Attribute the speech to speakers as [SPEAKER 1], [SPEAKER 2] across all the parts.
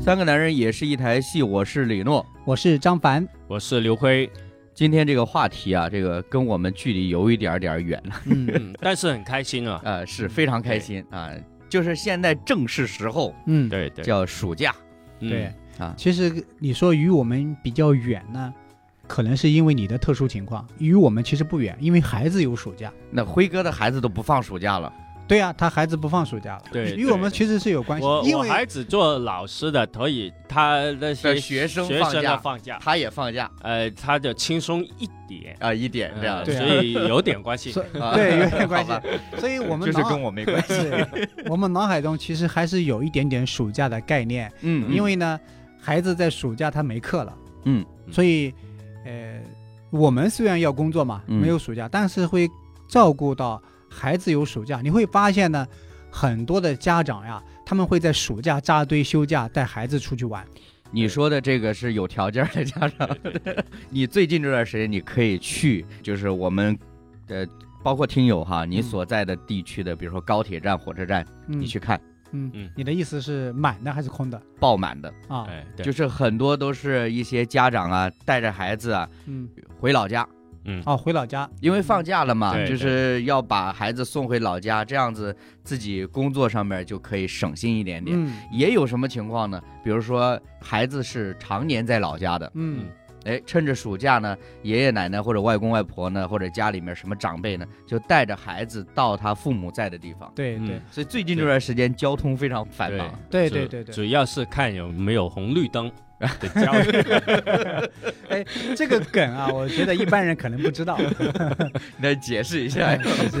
[SPEAKER 1] 三个男人也是一台戏，我是李诺。
[SPEAKER 2] 我是张凡，
[SPEAKER 3] 我是刘辉，
[SPEAKER 1] 今天这个话题啊，这个跟我们距离有一点儿点儿远，
[SPEAKER 2] 嗯
[SPEAKER 3] 嗯，但是很开心啊，
[SPEAKER 1] 呃，是非常开心啊、就是现在正是时候，
[SPEAKER 2] 嗯，
[SPEAKER 3] 对对
[SPEAKER 1] 叫暑假，
[SPEAKER 3] 嗯
[SPEAKER 2] 对
[SPEAKER 1] 啊
[SPEAKER 2] 其实你说与我们比较远呢，可能是因为你的特殊情况，与我们其实不远，因为孩子有暑假。
[SPEAKER 1] 那辉哥的孩子都不放暑假了，
[SPEAKER 2] 对啊，他孩子不放暑假了，
[SPEAKER 3] 对
[SPEAKER 2] 与
[SPEAKER 3] 对
[SPEAKER 2] 我们其实是有关系
[SPEAKER 3] 我。
[SPEAKER 2] 因
[SPEAKER 3] 我
[SPEAKER 2] 为
[SPEAKER 3] 孩子做老师的，可以他那些
[SPEAKER 1] 的学生
[SPEAKER 3] 学
[SPEAKER 1] 放
[SPEAKER 3] 生
[SPEAKER 1] 假
[SPEAKER 3] 的放假，
[SPEAKER 1] 他也放假
[SPEAKER 3] 呃，他就轻松一点，
[SPEAKER 1] 啊、一点这样
[SPEAKER 3] 呃
[SPEAKER 1] 子，
[SPEAKER 2] 对啊
[SPEAKER 3] 所以有点关系。
[SPEAKER 2] 所
[SPEAKER 1] 啊
[SPEAKER 2] 对有点关 系
[SPEAKER 1] 好吧，
[SPEAKER 2] 所以我们
[SPEAKER 1] 就是
[SPEAKER 2] 脑
[SPEAKER 1] 跟我没关系，
[SPEAKER 2] 是，我们脑海中其实还是有一点点暑假的概念，
[SPEAKER 1] 嗯
[SPEAKER 2] 因为呢，孩子在暑假他没课了，
[SPEAKER 1] 嗯，
[SPEAKER 2] 所以，呃，我们虽然要工作嘛，
[SPEAKER 1] 嗯
[SPEAKER 2] 没有暑假，但是会照顾到孩子有暑假。你会发现呢，很多的家长呀，他们会在暑假扎堆休假，带孩子出去玩。
[SPEAKER 1] 你说的这个是有条件的家长，你最近这段时间你可以去，就是我们，呃，包括听友哈，你
[SPEAKER 2] 嗯
[SPEAKER 1] 所在的地区的，比如说高铁站、火车站，
[SPEAKER 2] 嗯，
[SPEAKER 1] 你去看
[SPEAKER 2] 嗯，
[SPEAKER 3] 嗯
[SPEAKER 2] 你的意思是满的还是空的
[SPEAKER 1] 爆满的，
[SPEAKER 2] 啊？
[SPEAKER 3] 哎，
[SPEAKER 1] 就
[SPEAKER 3] 对，
[SPEAKER 1] 是 很多都是一些家长啊带着孩子啊
[SPEAKER 2] 嗯，
[SPEAKER 1] 回老家，
[SPEAKER 3] 嗯，
[SPEAKER 2] 哦，回老家，
[SPEAKER 1] 因为放假了嘛，
[SPEAKER 3] 对
[SPEAKER 1] 就是要把孩子送回老家，这样子自己工作上面就可以省心一点点。
[SPEAKER 2] 嗯
[SPEAKER 1] 也有什么情况呢？比如说孩子是常年在老家的，
[SPEAKER 2] 嗯
[SPEAKER 1] 哎，趁着暑假呢，爷爷奶奶或者外公外婆呢，或者家里面什么长辈呢，就带着孩子到他父母在的地方。
[SPEAKER 2] 对
[SPEAKER 3] 嗯
[SPEAKER 2] 对
[SPEAKER 1] 所以最近这段时间交通非常繁忙。
[SPEAKER 2] 对
[SPEAKER 3] 主
[SPEAKER 2] 对对对，
[SPEAKER 3] 主要是看有没有红绿灯的交流。
[SPEAKER 2] 哎这个梗啊，我觉得一般人可能不 知道。
[SPEAKER 1] 来解释一下
[SPEAKER 2] 哎，是是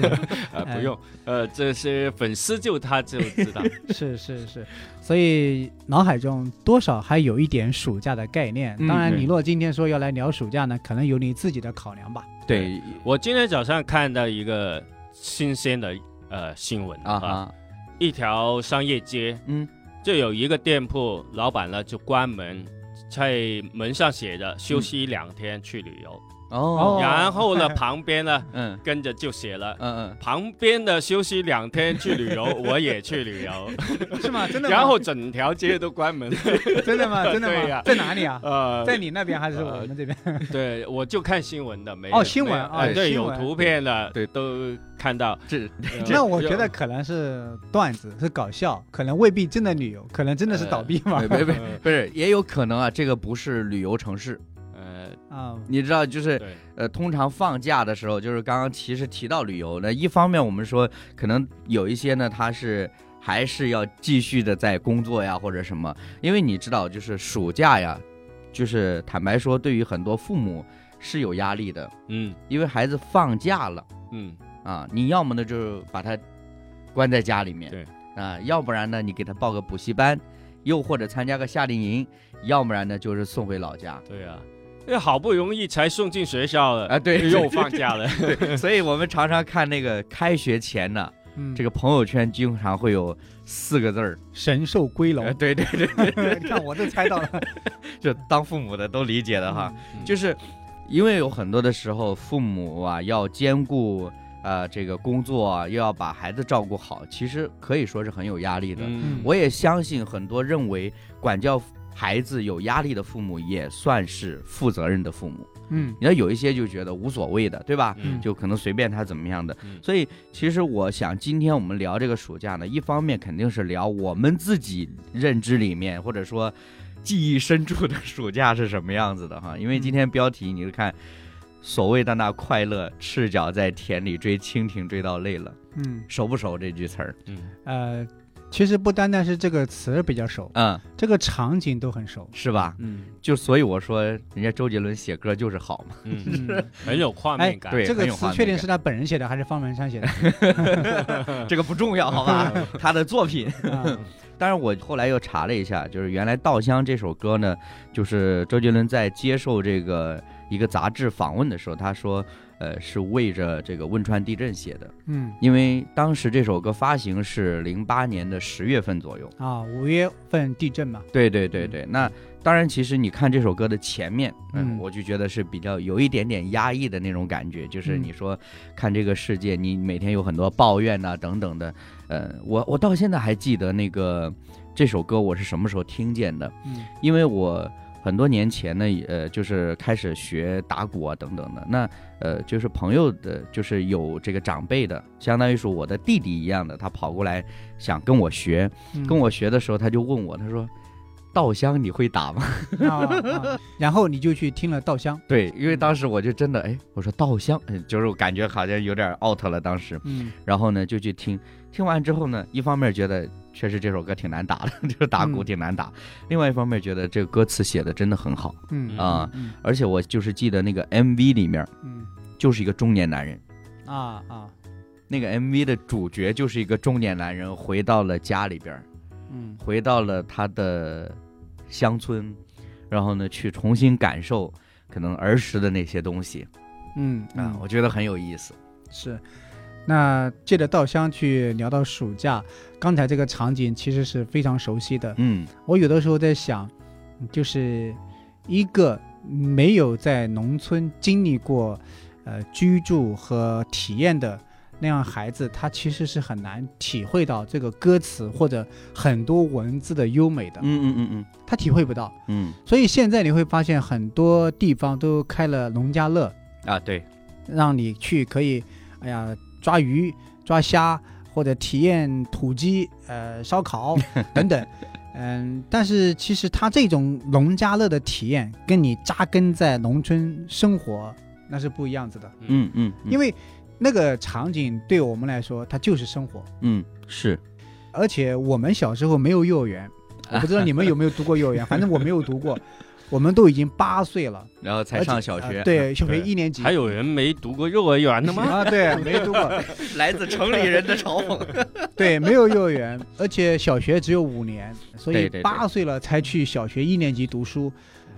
[SPEAKER 3] 呃，
[SPEAKER 2] 哎
[SPEAKER 3] 不用，呃，这些粉丝就他就知道，
[SPEAKER 2] 是是是，所以脑海中多少还有一点暑假的概念。
[SPEAKER 1] 嗯
[SPEAKER 2] 当然，
[SPEAKER 1] 对
[SPEAKER 2] 你若今天说要来聊暑假呢，可能有你自己的考量吧。
[SPEAKER 1] 对
[SPEAKER 3] 我今天早上看到一个新鲜的呃新闻
[SPEAKER 1] 啊哈，
[SPEAKER 3] 一条商业街，
[SPEAKER 1] 嗯，
[SPEAKER 3] 就有一个店铺，老板呢就关门，在门上写
[SPEAKER 2] 嗯
[SPEAKER 3] 着休息两天去旅游，
[SPEAKER 1] 哦，
[SPEAKER 3] 然后呢旁边呢
[SPEAKER 1] 嗯
[SPEAKER 3] 跟着就写了。
[SPEAKER 1] 嗯
[SPEAKER 3] 旁边的休息两天去旅 游，我也去旅游，
[SPEAKER 2] 是吗？ 真
[SPEAKER 3] 然后整条街都 关门。
[SPEAKER 2] 真的吗？
[SPEAKER 3] 真的吗对呀
[SPEAKER 2] 在哪里啊？
[SPEAKER 3] 呃，
[SPEAKER 2] 你那边还
[SPEAKER 3] 是我们
[SPEAKER 2] 这边？
[SPEAKER 3] 对，我就看新闻的，没
[SPEAKER 2] 哦
[SPEAKER 3] 有
[SPEAKER 2] 新闻
[SPEAKER 3] 没有
[SPEAKER 2] 啊
[SPEAKER 3] 哎对，
[SPEAKER 2] 新
[SPEAKER 3] 有
[SPEAKER 2] 闻
[SPEAKER 3] 图片的，
[SPEAKER 1] 对
[SPEAKER 3] 都看到
[SPEAKER 1] 嗯，。这
[SPEAKER 3] 呃
[SPEAKER 2] 那我 觉得可能是段子，是搞笑，可能未必真的旅游，可能真的是倒闭嘛。
[SPEAKER 1] 没没没，不是，也有可能啊，这个不是旅游城市，
[SPEAKER 3] 呃，
[SPEAKER 2] 啊，
[SPEAKER 1] 你知道，就是
[SPEAKER 3] 对，
[SPEAKER 1] 呃，通常放假的时候，就是刚刚其实提到旅游，那一方面我们说，可能有一些呢，他是还是要继续的在工作呀或者什么，因为你知道，就是暑假呀，就是坦白说，对于很多父母是有压力的，
[SPEAKER 3] 嗯
[SPEAKER 1] 因为孩子放假了
[SPEAKER 3] 嗯，
[SPEAKER 1] 啊，你要么呢就是把他关在家里面，
[SPEAKER 3] 对
[SPEAKER 1] 啊，要不然呢你给他报个补习班，又或者参加个夏令营，要不然呢就是送回老家。
[SPEAKER 3] 对啊，那好不容易才送进学校了
[SPEAKER 1] 啊对
[SPEAKER 3] 又放假了。
[SPEAKER 1] 对，所以我们常常看那个开学前呢，
[SPEAKER 2] 嗯，
[SPEAKER 1] 这
[SPEAKER 2] 个
[SPEAKER 1] 个朋友圈经常会有四个字儿，
[SPEAKER 2] 神兽归笼
[SPEAKER 1] 呃，对对对，
[SPEAKER 2] 你看我都猜到了。
[SPEAKER 1] 就当父母的都理解的哈，
[SPEAKER 3] 嗯
[SPEAKER 1] 就是因为有很多的时候，父母啊要兼顾呃这个工作啊，又要把孩子照顾好，其实可以说是很有压力的。
[SPEAKER 3] 嗯，
[SPEAKER 1] 我也相信很多认为管教孩子有压力的父母，也算是负责任的父母。
[SPEAKER 2] 嗯
[SPEAKER 1] 你看有一些就觉得无所谓的，对吧？
[SPEAKER 3] 嗯
[SPEAKER 1] 就可能随便他怎么样的。
[SPEAKER 3] 嗯
[SPEAKER 1] 所以其实我想，今天我们聊这个暑假呢，一方面肯定是聊我们自己认知里面，或者说记忆深处的暑假是什么样子的哈。因为
[SPEAKER 3] 嗯
[SPEAKER 1] 今天标题你就看，所谓的那快乐，赤脚在田里追蜻蜓，追到累了，
[SPEAKER 2] 嗯
[SPEAKER 1] 熟不熟这句词儿？
[SPEAKER 3] 嗯
[SPEAKER 2] 呃，其实不单单是这个词儿比较熟，
[SPEAKER 1] 嗯，
[SPEAKER 2] 这个场景都很熟。
[SPEAKER 1] 是吧？
[SPEAKER 3] 嗯
[SPEAKER 1] 就所以我说，人家周杰伦写歌就是好嘛。
[SPEAKER 3] 嗯，
[SPEAKER 2] 嗯。
[SPEAKER 3] 很有画面感。
[SPEAKER 1] 对
[SPEAKER 2] 这个
[SPEAKER 1] 很有画
[SPEAKER 2] 词
[SPEAKER 1] 面
[SPEAKER 2] 确定
[SPEAKER 1] 感
[SPEAKER 2] 是他本人写的还是方文山写的？
[SPEAKER 1] 这个不重要，好吧？ 他的作品。
[SPEAKER 2] 啊
[SPEAKER 1] 当然，嗯我后来又查了一下，就是原来《稻香》这首歌呢，就是周杰伦在接受这个一个杂志访问的时候，他说，呃，是为着这个汶川地震写的，
[SPEAKER 2] 嗯
[SPEAKER 1] 因为当时这首歌发行是零八年的十月份左右。
[SPEAKER 2] 啊，五月份地震嘛，
[SPEAKER 1] 对对对对，那当然，其实你看这首歌的前面，嗯，
[SPEAKER 2] 嗯
[SPEAKER 1] 我就觉得是比较有一点点压抑的那种感觉，就是
[SPEAKER 2] 嗯
[SPEAKER 1] 你说看这个世界，你每天有很多抱怨呐、等等的，呃，我我到现在还记得那个这首歌我是什么时候听见的，
[SPEAKER 2] 嗯
[SPEAKER 1] 因为我很多年前呢，呃，就是开始学打鼓啊等等的。那呃，就是朋友的，就是有这个长辈的，相当于是我的弟弟一样的，他跑过来想跟我学，
[SPEAKER 2] 嗯
[SPEAKER 1] 跟我学的时候，他就问我，他说。稻香你会打 吗？
[SPEAKER 2] 啊，啊然后你就去听了稻香，
[SPEAKER 1] 对，因为当时我就真的哎，我说稻香，哎就是我感觉好像有点 out 了当时。
[SPEAKER 2] 嗯，
[SPEAKER 1] 然后呢就去听，听完之后呢，一方面觉得确实这首歌挺难打的， 就是打鼓
[SPEAKER 2] 嗯
[SPEAKER 1] 挺难打；另外一方面觉得这个歌词写的真的很好，
[SPEAKER 2] 嗯
[SPEAKER 1] 啊，
[SPEAKER 2] 嗯
[SPEAKER 1] 而且我就是记得那个 MV 里面
[SPEAKER 2] 嗯
[SPEAKER 1] 就是一个中年男人，
[SPEAKER 2] 嗯啊啊，
[SPEAKER 1] 那个 MV 的主角就是一个中年男人回到了家里边儿，
[SPEAKER 2] 嗯
[SPEAKER 1] 回到了他的乡村，然后呢去重新感受可能儿时的那些东西
[SPEAKER 2] 嗯
[SPEAKER 1] 啊
[SPEAKER 2] 嗯，
[SPEAKER 1] 我觉得很有意思。
[SPEAKER 2] 是。那借着稻香去聊到暑假，刚才这个场景其实是非常熟悉的。
[SPEAKER 1] 嗯
[SPEAKER 2] 我有的时候在想，就是一个没有在农村经历过，呃，居住和体验的那样孩子，他其实是很难体会到这个歌词或者很多文字的优美的，
[SPEAKER 1] 嗯嗯嗯
[SPEAKER 2] 他体会不到。
[SPEAKER 1] 嗯
[SPEAKER 2] 所以现在你会发现很多地方都开了农家乐，
[SPEAKER 1] 嗯啊对，
[SPEAKER 2] 让你去可以，哎呀，抓鱼、抓虾，或者体验土鸡、呃烧 烤等等，嗯，但是其实它这种农家乐的体验，跟你扎根在农村生活那是不一样子的，
[SPEAKER 1] 嗯嗯，嗯
[SPEAKER 2] 因为那个场景对我们来说，它就是生活，
[SPEAKER 1] 嗯是
[SPEAKER 2] 而且我们小时候没有幼儿 园，我不知道你们有没有读过幼儿园，反正我没有读过，我们都已经八岁了，
[SPEAKER 1] 然后才
[SPEAKER 2] 而且
[SPEAKER 1] 上小
[SPEAKER 2] 呃
[SPEAKER 1] 学，，
[SPEAKER 2] 对，小学
[SPEAKER 3] 对
[SPEAKER 2] 一年级，
[SPEAKER 3] 还有人没读过幼儿园的吗？
[SPEAKER 2] 啊，对，没读过。
[SPEAKER 1] 来自城里人的嘲讽。
[SPEAKER 2] 对，没有幼儿园，而且小学只有五年，所
[SPEAKER 1] 对
[SPEAKER 2] 以
[SPEAKER 1] 对对
[SPEAKER 2] 八岁了才去小学一年级读书。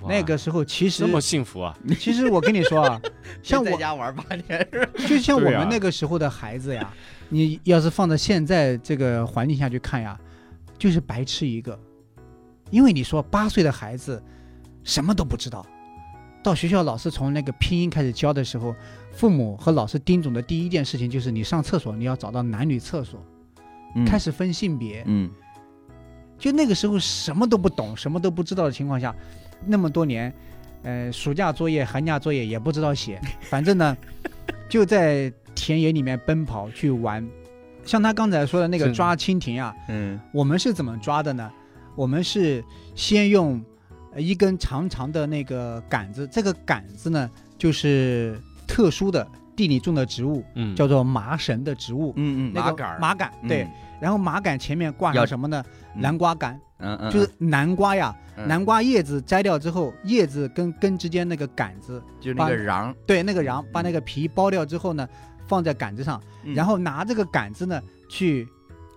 [SPEAKER 2] 那个时候其实
[SPEAKER 3] 这，么幸福啊！
[SPEAKER 2] 其实我跟你 说啊，像
[SPEAKER 1] 在
[SPEAKER 2] 我
[SPEAKER 1] 家玩八年是吧？
[SPEAKER 2] 就像我
[SPEAKER 3] 对啊
[SPEAKER 2] 们那个时候的孩子呀，你要是放到现在这个环境下去看呀，就是白痴一个。因为你说八岁的孩子什么都不知道，到学校老师从那个拼音开始教的时候，父母和老师叮嘱的第一件事情就是你上厕所你要找到男女厕所，开始分性别。
[SPEAKER 1] 嗯
[SPEAKER 2] 就那个时候什么都不懂、什么都不知道的情况下，那么多年，呃，暑假作业、寒假作业也不知道写， 反正呢，就在田野里面奔跑去玩。像他刚才说的那个
[SPEAKER 3] 是
[SPEAKER 2] 抓蜻蜓啊，
[SPEAKER 1] 嗯
[SPEAKER 2] 我们是怎么抓的呢？我们是先用呃一根长长的那个杆子，这个杆子呢就是特殊的地里种的植物，
[SPEAKER 3] 嗯，
[SPEAKER 2] 叫做麻绳的植物，
[SPEAKER 1] 嗯嗯，
[SPEAKER 2] 那个
[SPEAKER 1] 儿
[SPEAKER 2] 麻杆
[SPEAKER 1] 嗯
[SPEAKER 2] 对，然后麻杆前面挂
[SPEAKER 1] 要
[SPEAKER 2] 上什么呢？
[SPEAKER 1] 嗯
[SPEAKER 2] 南瓜杆，
[SPEAKER 1] 嗯嗯，
[SPEAKER 2] 就是南瓜呀，
[SPEAKER 1] 嗯
[SPEAKER 2] 南瓜叶子摘掉之后，叶子跟根之间那个杆子，
[SPEAKER 1] 就是那
[SPEAKER 2] 把
[SPEAKER 1] 个瓤，
[SPEAKER 2] 对，那个瓤把
[SPEAKER 1] 嗯
[SPEAKER 2] 那个皮剥掉之后呢，放在杆子上，然
[SPEAKER 1] 后
[SPEAKER 2] 后拿这个杆子呢去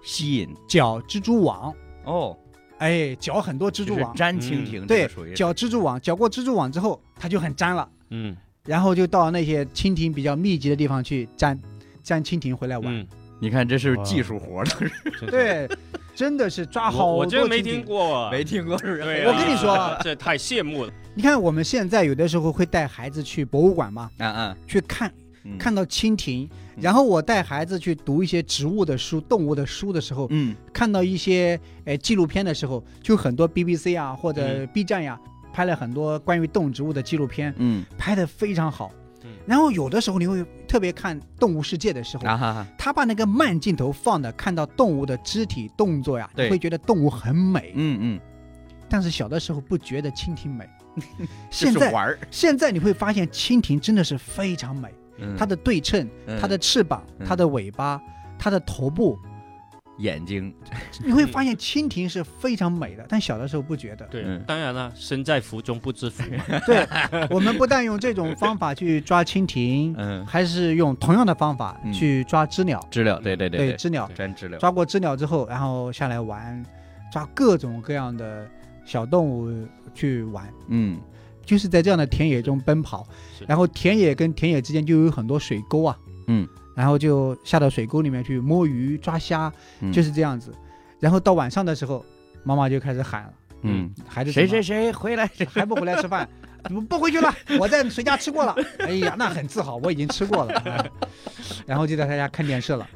[SPEAKER 1] 吸引
[SPEAKER 2] 绞蜘蛛网，
[SPEAKER 1] 哦，
[SPEAKER 2] 哎，绞很多蜘
[SPEAKER 1] 就
[SPEAKER 2] 蛛
[SPEAKER 1] 是
[SPEAKER 2] 网，
[SPEAKER 1] 粘蜻蜓，这
[SPEAKER 2] 对
[SPEAKER 1] 个属于，是
[SPEAKER 2] 绞蜘蛛网，绞过蜘蛛网之后，它就很粘了，
[SPEAKER 3] 嗯
[SPEAKER 2] 然后就到那些蜻蜓比较密集的地方去粘，粘蜻蜓回来玩。
[SPEAKER 3] 嗯，
[SPEAKER 1] 你看这是技术活儿了，
[SPEAKER 3] 真的，
[SPEAKER 2] 对，真的是抓好
[SPEAKER 3] 我我
[SPEAKER 2] 多
[SPEAKER 3] 真
[SPEAKER 2] 蜻
[SPEAKER 3] 没
[SPEAKER 2] 蜓。
[SPEAKER 3] 听过，
[SPEAKER 1] 没听过是不是？
[SPEAKER 3] 对啊，
[SPEAKER 2] 我跟你说啊
[SPEAKER 3] 这太羡慕了。
[SPEAKER 2] 你看我们现在有的时候会带孩子去博物馆嘛，
[SPEAKER 1] 嗯
[SPEAKER 2] 去看
[SPEAKER 1] 嗯，
[SPEAKER 2] 看到蜻蜓，
[SPEAKER 1] 嗯
[SPEAKER 2] 然后我带孩子去读一些植物的书、动物的书的时候，
[SPEAKER 1] 嗯
[SPEAKER 2] 看到一些呃纪录片的时候，就很多 BBC 啊或者
[SPEAKER 3] 嗯
[SPEAKER 2] B 站呀、拍了很多关于动植物的纪录片，
[SPEAKER 1] 嗯
[SPEAKER 2] 拍得非常好
[SPEAKER 3] 嗯。
[SPEAKER 2] 然后有的时候你会特别看《动物世界》的时候，
[SPEAKER 1] 啊哈哈，
[SPEAKER 2] 他把那个慢镜头放的，看到动物的肢体动作呀，
[SPEAKER 1] 对
[SPEAKER 2] 你会觉得动物很美。
[SPEAKER 1] 嗯嗯，
[SPEAKER 2] 但是小的时候不觉得蜻蜓美，
[SPEAKER 1] 这
[SPEAKER 2] 现
[SPEAKER 1] 是
[SPEAKER 2] 在
[SPEAKER 1] 玩儿，
[SPEAKER 2] 现在你会发现蜻蜓真的是非常美，
[SPEAKER 1] 嗯
[SPEAKER 2] 它的对称，它的翅膀、
[SPEAKER 1] 嗯
[SPEAKER 2] 它的尾巴、它的头部，
[SPEAKER 1] 眼睛，
[SPEAKER 2] 你会发现蜻蜓是非常美的，但小的时候不觉得。
[SPEAKER 3] 对
[SPEAKER 1] 嗯，
[SPEAKER 3] 当然了，身在福中不知福嘛。
[SPEAKER 2] 对，我们不但用这种方法去抓蜻蜓，
[SPEAKER 1] 嗯，
[SPEAKER 2] 还是用同样的方法
[SPEAKER 1] 嗯
[SPEAKER 2] 去抓知了。
[SPEAKER 1] 知了，对嗯对对，
[SPEAKER 2] 知了，
[SPEAKER 1] 粘知了，
[SPEAKER 2] 抓过知了之后，然后下来玩，抓各种各样的小动物去玩。
[SPEAKER 1] 嗯
[SPEAKER 2] 就是在这样的田野中奔跑
[SPEAKER 3] 是，
[SPEAKER 2] 然后田野跟田野之间就有很多水沟啊，
[SPEAKER 1] 嗯，
[SPEAKER 2] 然后就下到水沟里面去摸鱼抓虾，
[SPEAKER 1] 嗯
[SPEAKER 2] 就是这样子。然后到晚上的时候，妈妈就开始喊了，
[SPEAKER 1] 嗯，
[SPEAKER 2] 孩子
[SPEAKER 1] 谁
[SPEAKER 2] 怎么
[SPEAKER 1] 谁谁回来？
[SPEAKER 2] 还不回来吃饭， 怎么不回去了？我在谁家吃 过了。哎呀，那很自豪，我已经吃过了。 哎然后就在他家看电视了，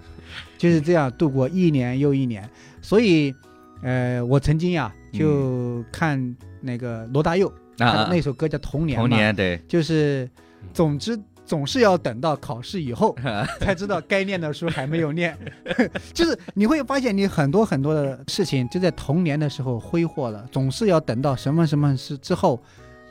[SPEAKER 2] 就是这样度过一年又一年。所以，呃，我曾经呀、就看那个罗大佑，
[SPEAKER 1] 嗯啊
[SPEAKER 2] 他
[SPEAKER 1] 啊
[SPEAKER 2] 那首歌叫《童年》。
[SPEAKER 1] 童，年对，
[SPEAKER 3] 嗯
[SPEAKER 2] 就是，总之。总是要等到考试以 后才知道该念的书还没有念， 就是你会发现你很多很多的事情就在童年的时候挥霍了，总是要等到什么什么事之后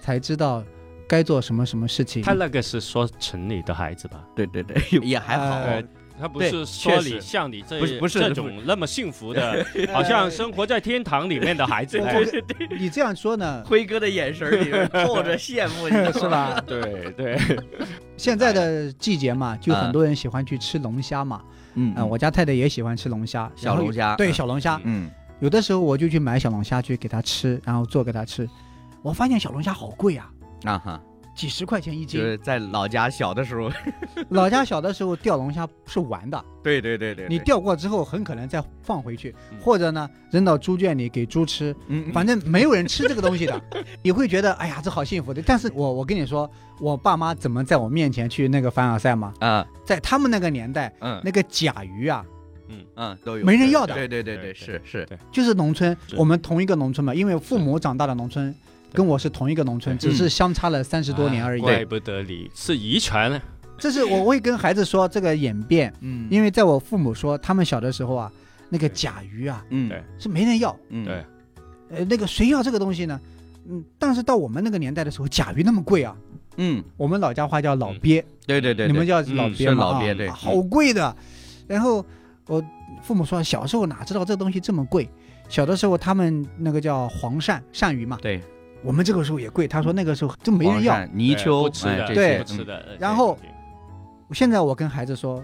[SPEAKER 2] 才知道该做什么什么事情。
[SPEAKER 3] 他那个是说城里的孩子吧？
[SPEAKER 1] 对对对，也还好。
[SPEAKER 2] 呃
[SPEAKER 3] 他不
[SPEAKER 1] 对
[SPEAKER 3] 是说
[SPEAKER 1] 确
[SPEAKER 3] 你
[SPEAKER 1] 实
[SPEAKER 3] 像你这
[SPEAKER 1] 不是不是，
[SPEAKER 3] 这种那么幸福的，好像生活在天堂里面的 孩子
[SPEAKER 2] 我。
[SPEAKER 3] 哎
[SPEAKER 2] 我你这样说呢
[SPEAKER 1] 辉哥的眼神 里透着羡慕，你 知
[SPEAKER 2] 是
[SPEAKER 1] 道吗？
[SPEAKER 2] 吧？
[SPEAKER 3] 对对，
[SPEAKER 2] 现在的季节嘛，就
[SPEAKER 1] 嗯
[SPEAKER 2] 很多人喜欢去吃龙虾嘛。
[SPEAKER 1] 嗯
[SPEAKER 2] 嗯，我家太太也喜欢吃龙虾，
[SPEAKER 1] 小龙
[SPEAKER 2] 虾。
[SPEAKER 1] 虾，
[SPEAKER 2] 对，小龙虾，
[SPEAKER 1] 嗯，
[SPEAKER 2] 有的时候我就去买小龙虾去给她吃，然后做给她吃。我发现小龙虾好贵啊，
[SPEAKER 1] 啊哈，
[SPEAKER 2] 几十块钱一
[SPEAKER 1] 就
[SPEAKER 2] 斤。
[SPEAKER 1] 是在老家小的时 候，
[SPEAKER 2] 老家小的时候钓龙虾是玩的，
[SPEAKER 1] 对对对对，
[SPEAKER 2] 你
[SPEAKER 1] 对，
[SPEAKER 2] 钓过之后很可能再放回去
[SPEAKER 3] 嗯，
[SPEAKER 2] 或者呢扔到猪圈里给猪吃，
[SPEAKER 1] 嗯，嗯
[SPEAKER 2] 反正没有人吃这个东西的，你会觉得哎呀这好幸福的。但是我我跟你说，我爸妈怎么在我面前去那个凡尔赛嘛？
[SPEAKER 1] 啊，
[SPEAKER 2] 在他们那个年代，
[SPEAKER 1] 嗯
[SPEAKER 2] 那个甲鱼啊，
[SPEAKER 1] 嗯都有，
[SPEAKER 2] 没人要的
[SPEAKER 1] 对对对
[SPEAKER 3] 对
[SPEAKER 1] 对，
[SPEAKER 3] 对
[SPEAKER 1] 是是，
[SPEAKER 2] 就是农村，
[SPEAKER 3] 是
[SPEAKER 2] 我们同一个农村嘛，因为父母长大的农村。跟我是同一个农村，
[SPEAKER 3] 对啊
[SPEAKER 2] 只是相差了三十多年而已。
[SPEAKER 3] 哎怪不得你是遗传呢。
[SPEAKER 2] 这是我会跟孩子说这个演变，
[SPEAKER 1] 嗯
[SPEAKER 2] 因
[SPEAKER 1] 为
[SPEAKER 2] 为在我父母说他们小的时候啊，那个甲鱼啊
[SPEAKER 1] 嗯
[SPEAKER 3] 对
[SPEAKER 2] 是没人要，
[SPEAKER 1] 嗯
[SPEAKER 3] 对
[SPEAKER 2] 呃，那个谁要这个东西呢？嗯，但是到我们那个年代的时候，甲鱼那么贵啊，
[SPEAKER 1] 嗯我
[SPEAKER 2] 我们老家话叫老鳖，
[SPEAKER 1] 对对嗯对，
[SPEAKER 2] 你们
[SPEAKER 1] 对
[SPEAKER 2] 叫
[SPEAKER 3] 嗯
[SPEAKER 2] 老鳖
[SPEAKER 1] 是
[SPEAKER 2] 嘛、
[SPEAKER 1] 老
[SPEAKER 2] 啊
[SPEAKER 1] 鳖对嗯
[SPEAKER 2] 啊好贵的。然后我父母说，小时候哪知道这东西这么贵，小的时候他们那个叫黄鳝鳝鱼嘛，
[SPEAKER 1] 对
[SPEAKER 2] 我们这个时候也贵，他说那个时候就没人要
[SPEAKER 1] 黄。鳝泥鳅
[SPEAKER 3] 不吃的，
[SPEAKER 1] 哎
[SPEAKER 2] 对
[SPEAKER 3] 不
[SPEAKER 1] 这
[SPEAKER 3] 吃
[SPEAKER 1] 些
[SPEAKER 3] 的。哎
[SPEAKER 2] 然后现在我跟孩子说，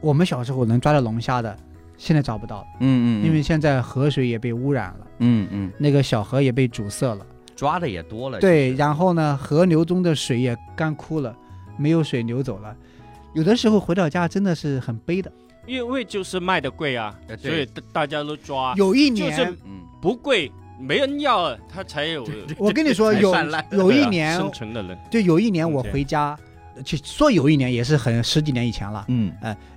[SPEAKER 2] 我们小时候能抓到龙虾的，现在找不到了，
[SPEAKER 1] 嗯嗯嗯，
[SPEAKER 2] 因为现在河水也被污染了，
[SPEAKER 1] 嗯嗯
[SPEAKER 2] 那个小河也被阻塞了。
[SPEAKER 1] 抓的也
[SPEAKER 3] 哎
[SPEAKER 1] 多了，
[SPEAKER 2] 对，
[SPEAKER 1] 其实
[SPEAKER 2] 然后呢，河流中的水也干枯了，没有水流走了。有的时候回到家真的是很悲的。
[SPEAKER 3] 因为就是卖的贵啊
[SPEAKER 1] 哎，对
[SPEAKER 3] 所以大大家都抓，
[SPEAKER 2] 有一
[SPEAKER 3] 就
[SPEAKER 2] 年，
[SPEAKER 3] 是
[SPEAKER 1] 嗯
[SPEAKER 3] 不贵没人要了，他才有
[SPEAKER 2] 我跟你说，
[SPEAKER 1] 才
[SPEAKER 2] 有
[SPEAKER 1] 泛滥
[SPEAKER 2] 有
[SPEAKER 3] 对
[SPEAKER 2] 一
[SPEAKER 3] 啊
[SPEAKER 2] 年，
[SPEAKER 3] 生存的人，
[SPEAKER 2] 就有一年
[SPEAKER 3] 空
[SPEAKER 2] 我
[SPEAKER 3] 间
[SPEAKER 2] 回家，就说有一年也是很十几年以前了，
[SPEAKER 1] 嗯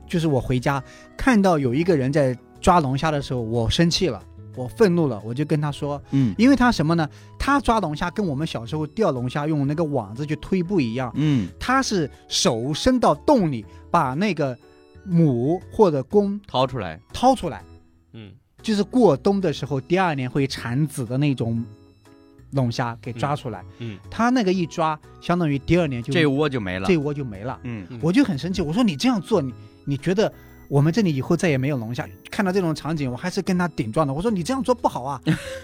[SPEAKER 2] 就是我回家看到有一个人在抓龙虾的时候，我生气了，我愤怒了，我就跟他说，
[SPEAKER 1] 嗯
[SPEAKER 2] 因为他什么呢？他抓龙虾跟我们小时候钓龙虾用那个网子去推不一样，
[SPEAKER 1] 嗯，
[SPEAKER 2] 他是手伸到洞里把那个母或者公
[SPEAKER 1] 掏出来，
[SPEAKER 2] 掏出来，
[SPEAKER 3] 嗯，
[SPEAKER 2] 就是过冬的时候，第二年会产子的那种龙虾给抓出来。
[SPEAKER 3] 嗯嗯
[SPEAKER 2] 他那个一抓，相当于第二年就
[SPEAKER 1] 这窝就没了
[SPEAKER 2] 这，窝就没了。
[SPEAKER 1] 嗯
[SPEAKER 3] 嗯
[SPEAKER 2] 我就很生气，我说你这样做，你你觉得我们这里以后再也没有龙虾？看到这种场景，我还是跟他顶撞的。我说你这样做不好啊！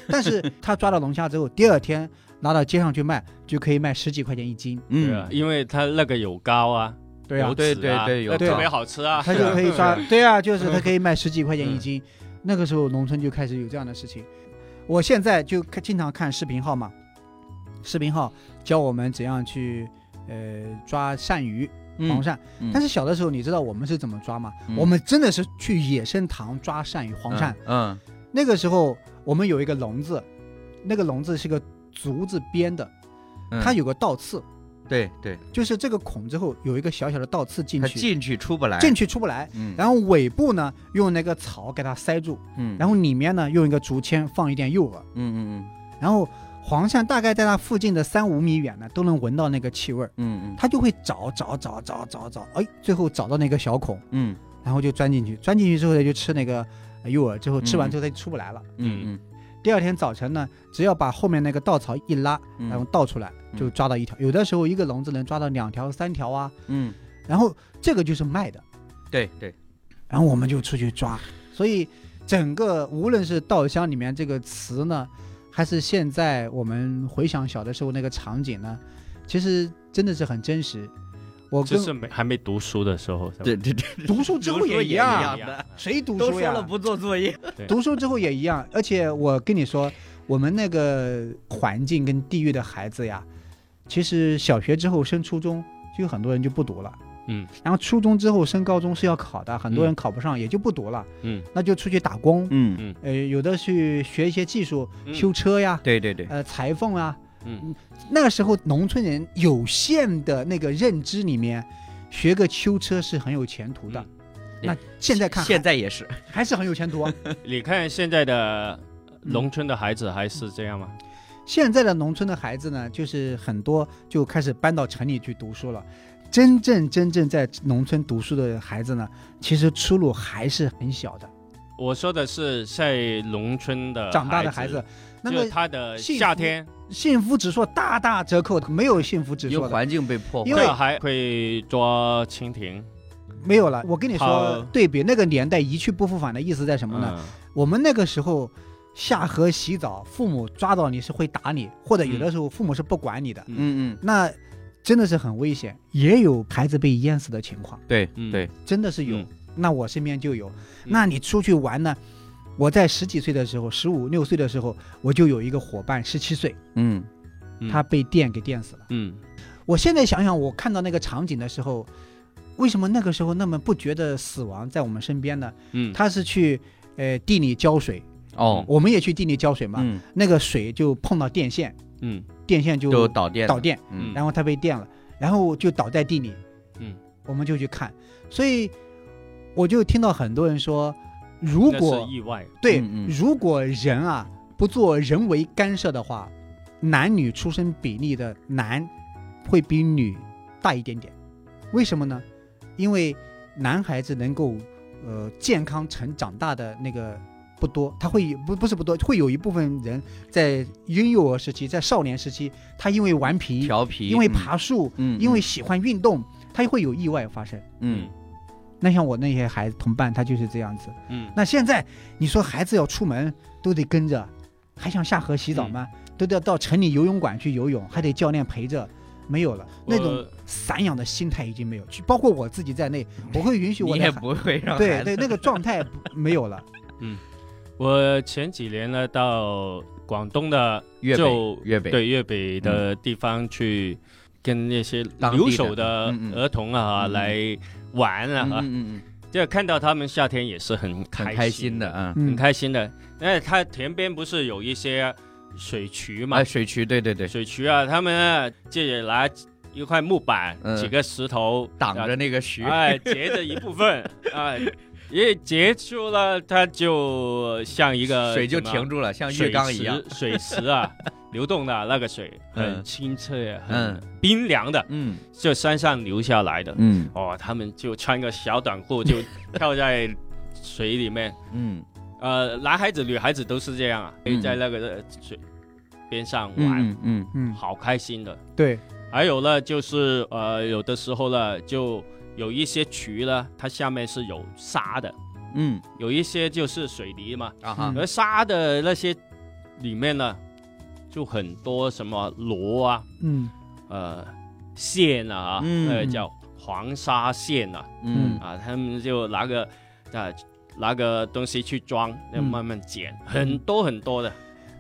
[SPEAKER 2] 但是他抓到龙虾之后，第二天拿到街上去卖，就可以卖十几块钱一斤。
[SPEAKER 3] 对啊
[SPEAKER 1] 嗯，
[SPEAKER 3] 因为他那个有膏啊，
[SPEAKER 2] 对啊
[SPEAKER 3] 有，
[SPEAKER 1] 对
[SPEAKER 3] 籽啊
[SPEAKER 1] 对对有
[SPEAKER 3] 那
[SPEAKER 2] 膏
[SPEAKER 3] 特别好吃啊，
[SPEAKER 2] 他就可以抓，对啊，就是他可以卖十几块钱
[SPEAKER 1] 嗯
[SPEAKER 2] 一斤。那个时候农村就开始有这样的事情。我现在就看经常看视频号嘛，视频号教我们怎样去呃抓鳝鱼、黄
[SPEAKER 1] 嗯
[SPEAKER 2] 鳝。
[SPEAKER 1] 嗯
[SPEAKER 2] 但是小的时候，你知道我们是怎么抓吗？
[SPEAKER 1] 嗯
[SPEAKER 2] 我们真的是去野生堂抓鳝鱼、黄鳝。，
[SPEAKER 1] 嗯
[SPEAKER 2] 那个时候我们有一个笼子，那个笼子是个竹子编的，
[SPEAKER 1] 嗯，
[SPEAKER 2] 它有个倒刺，
[SPEAKER 1] 对对，
[SPEAKER 2] 就是这个孔之后有一个小小的倒刺进
[SPEAKER 1] 它
[SPEAKER 2] 去，
[SPEAKER 1] 进去出不来，
[SPEAKER 2] 进去出不来。
[SPEAKER 1] 嗯，
[SPEAKER 2] 然后尾部呢用那个草给它塞住，
[SPEAKER 1] 嗯
[SPEAKER 2] 然后里面呢用一个竹签放一点诱饵，
[SPEAKER 1] 嗯嗯
[SPEAKER 2] 然后黄鳝大概在它附近的三五米远呢都能闻到那个气味儿，
[SPEAKER 1] 嗯嗯
[SPEAKER 2] 它就会找找找找找找，哎，最后找到那个小孔，
[SPEAKER 1] 嗯
[SPEAKER 2] 然后就钻进去，钻进去之后它就吃那个呃诱饵，之后吃完之后它就出不来了。
[SPEAKER 1] 嗯
[SPEAKER 2] 第二天早晨呢，只要把后面那个稻草一拉，
[SPEAKER 1] 嗯，
[SPEAKER 2] 然后倒出来就抓到一条，有的时候一个笼子能抓到两条、三条啊，
[SPEAKER 1] 嗯，
[SPEAKER 2] 然后这个就是卖的。
[SPEAKER 1] 对对，
[SPEAKER 2] 然后我们就出去抓。所以整个无论是稻香里面这个词呢，还是现在我们回想小的时候那个场景呢，其实真的是很真实。我
[SPEAKER 3] 就
[SPEAKER 2] 跟
[SPEAKER 3] 是没还没读书的时候，是吧
[SPEAKER 1] 对对对，
[SPEAKER 2] 读书之后也一
[SPEAKER 1] 读书也
[SPEAKER 2] 样
[SPEAKER 1] 一，样的
[SPEAKER 2] 谁读
[SPEAKER 1] 都
[SPEAKER 2] 书
[SPEAKER 1] 说
[SPEAKER 2] 呀
[SPEAKER 1] 了？不做作业，
[SPEAKER 2] 读书之后也一样，而且我跟你说，我们那个环境跟地域的孩子呀，其实小学之后升初中，就有很多人就不读了。
[SPEAKER 3] 嗯
[SPEAKER 2] 然后初中之后升高中是要考的，很多
[SPEAKER 3] 嗯
[SPEAKER 2] 人考不上也就不读了，
[SPEAKER 3] 嗯，
[SPEAKER 2] 那就出去打工，
[SPEAKER 1] 嗯，
[SPEAKER 2] 呃，有的去学一些技术，
[SPEAKER 3] 嗯
[SPEAKER 2] 修车呀，
[SPEAKER 1] 对对对，
[SPEAKER 2] 呃，裁缝啊，
[SPEAKER 3] 嗯，
[SPEAKER 2] 那个时候农村人有限的那个认知里面，学个修车是很有前途的。
[SPEAKER 3] 嗯
[SPEAKER 2] 那现在看
[SPEAKER 1] 现在也是，
[SPEAKER 2] 还是很有前途 啊！
[SPEAKER 3] 你看现在的呃农村的孩子还是这样吗？
[SPEAKER 2] 现在的农村的孩子呢，就是很多就开始搬到城里去读书了。真正真正在农村读书的孩子呢，其实出路还是很小的。
[SPEAKER 3] 我说的是在农村的
[SPEAKER 2] 长大的
[SPEAKER 3] 呃孩
[SPEAKER 2] 孩子，，那
[SPEAKER 3] 就是
[SPEAKER 2] 么
[SPEAKER 3] 他的
[SPEAKER 2] 幸福
[SPEAKER 3] 夏天，
[SPEAKER 2] 幸福指数大大折扣，没有幸福指
[SPEAKER 1] 因
[SPEAKER 2] 数
[SPEAKER 1] 为
[SPEAKER 2] 的，
[SPEAKER 1] 环境被破坏
[SPEAKER 2] 因。为
[SPEAKER 3] 这还会捉蜻蜓，
[SPEAKER 2] 没有了。我跟你
[SPEAKER 3] 好
[SPEAKER 2] 说，对比那个年代一去不复返的意思在什么呢？
[SPEAKER 3] 嗯
[SPEAKER 2] 我们那个时候下河洗澡，父母抓到你是会打你，或者有的时候父母是不管你的，
[SPEAKER 1] 嗯嗯，
[SPEAKER 2] 那真的是很危险。也有孩子被淹死的情况，
[SPEAKER 1] 对
[SPEAKER 3] 嗯
[SPEAKER 1] 对，
[SPEAKER 2] 真的是有。
[SPEAKER 3] 嗯
[SPEAKER 2] 那我身边就有。那你出去玩呢？我在十几岁的时候，十五六岁的时候，我就有一个伙伴，十七岁，
[SPEAKER 1] 嗯
[SPEAKER 3] 嗯
[SPEAKER 2] 他被电给电死了。
[SPEAKER 3] 嗯
[SPEAKER 2] 我现在想想，我看到那个场景的时候，为什么那个时候那么不觉得死亡在我们身边呢？
[SPEAKER 3] 嗯，
[SPEAKER 2] 他是去呃地里浇水，
[SPEAKER 1] 哦，
[SPEAKER 2] 我们也去地里浇水嘛。
[SPEAKER 1] 嗯，
[SPEAKER 2] 那个水就碰到电线，
[SPEAKER 3] 嗯
[SPEAKER 2] 电线
[SPEAKER 1] 就
[SPEAKER 2] 就
[SPEAKER 1] 导电
[SPEAKER 2] 导，电，
[SPEAKER 1] 嗯
[SPEAKER 2] 然后它被电了，然后就倒在地里。
[SPEAKER 3] 嗯，
[SPEAKER 2] 我们就去看，所以我就听到很多人说，如
[SPEAKER 3] 那
[SPEAKER 2] 果
[SPEAKER 3] 是意外，
[SPEAKER 2] 对、
[SPEAKER 1] 嗯嗯
[SPEAKER 2] 如果人啊不做人为干涉的话，男女出生比例的男会比女大一点点，为什么呢？因为男孩子能够呃健康成长大的那个不多，他会不不是不多，会有一部分人在婴幼儿时期，在少年时期，他因为顽皮，
[SPEAKER 1] 调皮，
[SPEAKER 2] 因为
[SPEAKER 1] 嗯，
[SPEAKER 2] 爬树，
[SPEAKER 1] 嗯，
[SPEAKER 2] 因为喜欢运动，他会有意外发生。
[SPEAKER 1] 嗯，
[SPEAKER 2] 那像我那些孩子同伴，他就是这样子。
[SPEAKER 3] 嗯
[SPEAKER 2] 那现在你说孩子要出门都得跟着，还想下河洗澡
[SPEAKER 1] 嗯
[SPEAKER 2] 吗？都得到城里游泳馆去游泳，还得教练陪着，没有了那种
[SPEAKER 3] 我
[SPEAKER 2] 散养的心态已经没有。就包括我自己在内，我会允许我
[SPEAKER 1] 你
[SPEAKER 2] 的
[SPEAKER 1] 也
[SPEAKER 2] 孩
[SPEAKER 1] 不会让
[SPEAKER 2] 对
[SPEAKER 1] 孩
[SPEAKER 2] 对
[SPEAKER 1] 子
[SPEAKER 2] 那个状态 没有了。
[SPEAKER 3] 我前几年呢到广东的
[SPEAKER 1] 越
[SPEAKER 3] 就
[SPEAKER 1] 北越北，
[SPEAKER 3] 对粤北的地方去跟那些
[SPEAKER 1] 当地的
[SPEAKER 3] 留守的
[SPEAKER 1] 嗯嗯
[SPEAKER 3] 儿童啊
[SPEAKER 1] 嗯嗯
[SPEAKER 3] 来玩
[SPEAKER 1] 嗯
[SPEAKER 3] 啊，
[SPEAKER 1] 嗯嗯，
[SPEAKER 3] 就看到他们夏天也是很
[SPEAKER 1] 嗯很
[SPEAKER 3] 开
[SPEAKER 1] 开
[SPEAKER 3] 心
[SPEAKER 1] 心的，啊，
[SPEAKER 3] 很
[SPEAKER 2] 嗯，
[SPEAKER 3] 开心的。那他田边不是有一些水渠嘛
[SPEAKER 1] 啊，？水渠，对对对，
[SPEAKER 3] 水渠啊，他们呢自己拿一块木板
[SPEAKER 1] 嗯、
[SPEAKER 3] 几个石头
[SPEAKER 1] 挡着那个渠，
[SPEAKER 3] 哎，截着一 部分，哎，一截住了，它就像一个
[SPEAKER 1] 水就
[SPEAKER 3] 什么
[SPEAKER 1] 停住了，像
[SPEAKER 3] 水
[SPEAKER 1] 浴缸一样，
[SPEAKER 3] 池，水 池啊，流动的那个水
[SPEAKER 1] 嗯
[SPEAKER 3] 很清澈，很
[SPEAKER 1] 嗯
[SPEAKER 3] 冰凉的，
[SPEAKER 1] 嗯
[SPEAKER 3] 就山上流下来的。
[SPEAKER 1] 嗯
[SPEAKER 3] 哦，他们就穿个小短裤 就跳在水里面，
[SPEAKER 1] 嗯
[SPEAKER 3] 呃，男孩子女孩子都是这样啊，
[SPEAKER 1] 嗯
[SPEAKER 3] 在那个水边上玩，
[SPEAKER 1] 嗯嗯
[SPEAKER 2] 嗯，
[SPEAKER 3] 好开心的。
[SPEAKER 2] 对，
[SPEAKER 3] 还有呢，就是呃，有的时候呢，就有一些渠呢，它下面是有沙的，
[SPEAKER 1] 嗯
[SPEAKER 3] 有一些就是水泥嘛，
[SPEAKER 1] 啊哈，
[SPEAKER 2] 嗯
[SPEAKER 3] 而沙的那些里面呢，就很多什么螺啊，
[SPEAKER 2] 嗯
[SPEAKER 3] 呃，线啊，
[SPEAKER 1] 嗯
[SPEAKER 3] 呃叫黄沙线啊，
[SPEAKER 1] 嗯
[SPEAKER 3] 啊，他们就拿个啊拿个东西去装，要
[SPEAKER 2] 嗯
[SPEAKER 3] 慢慢剪，很多很多的，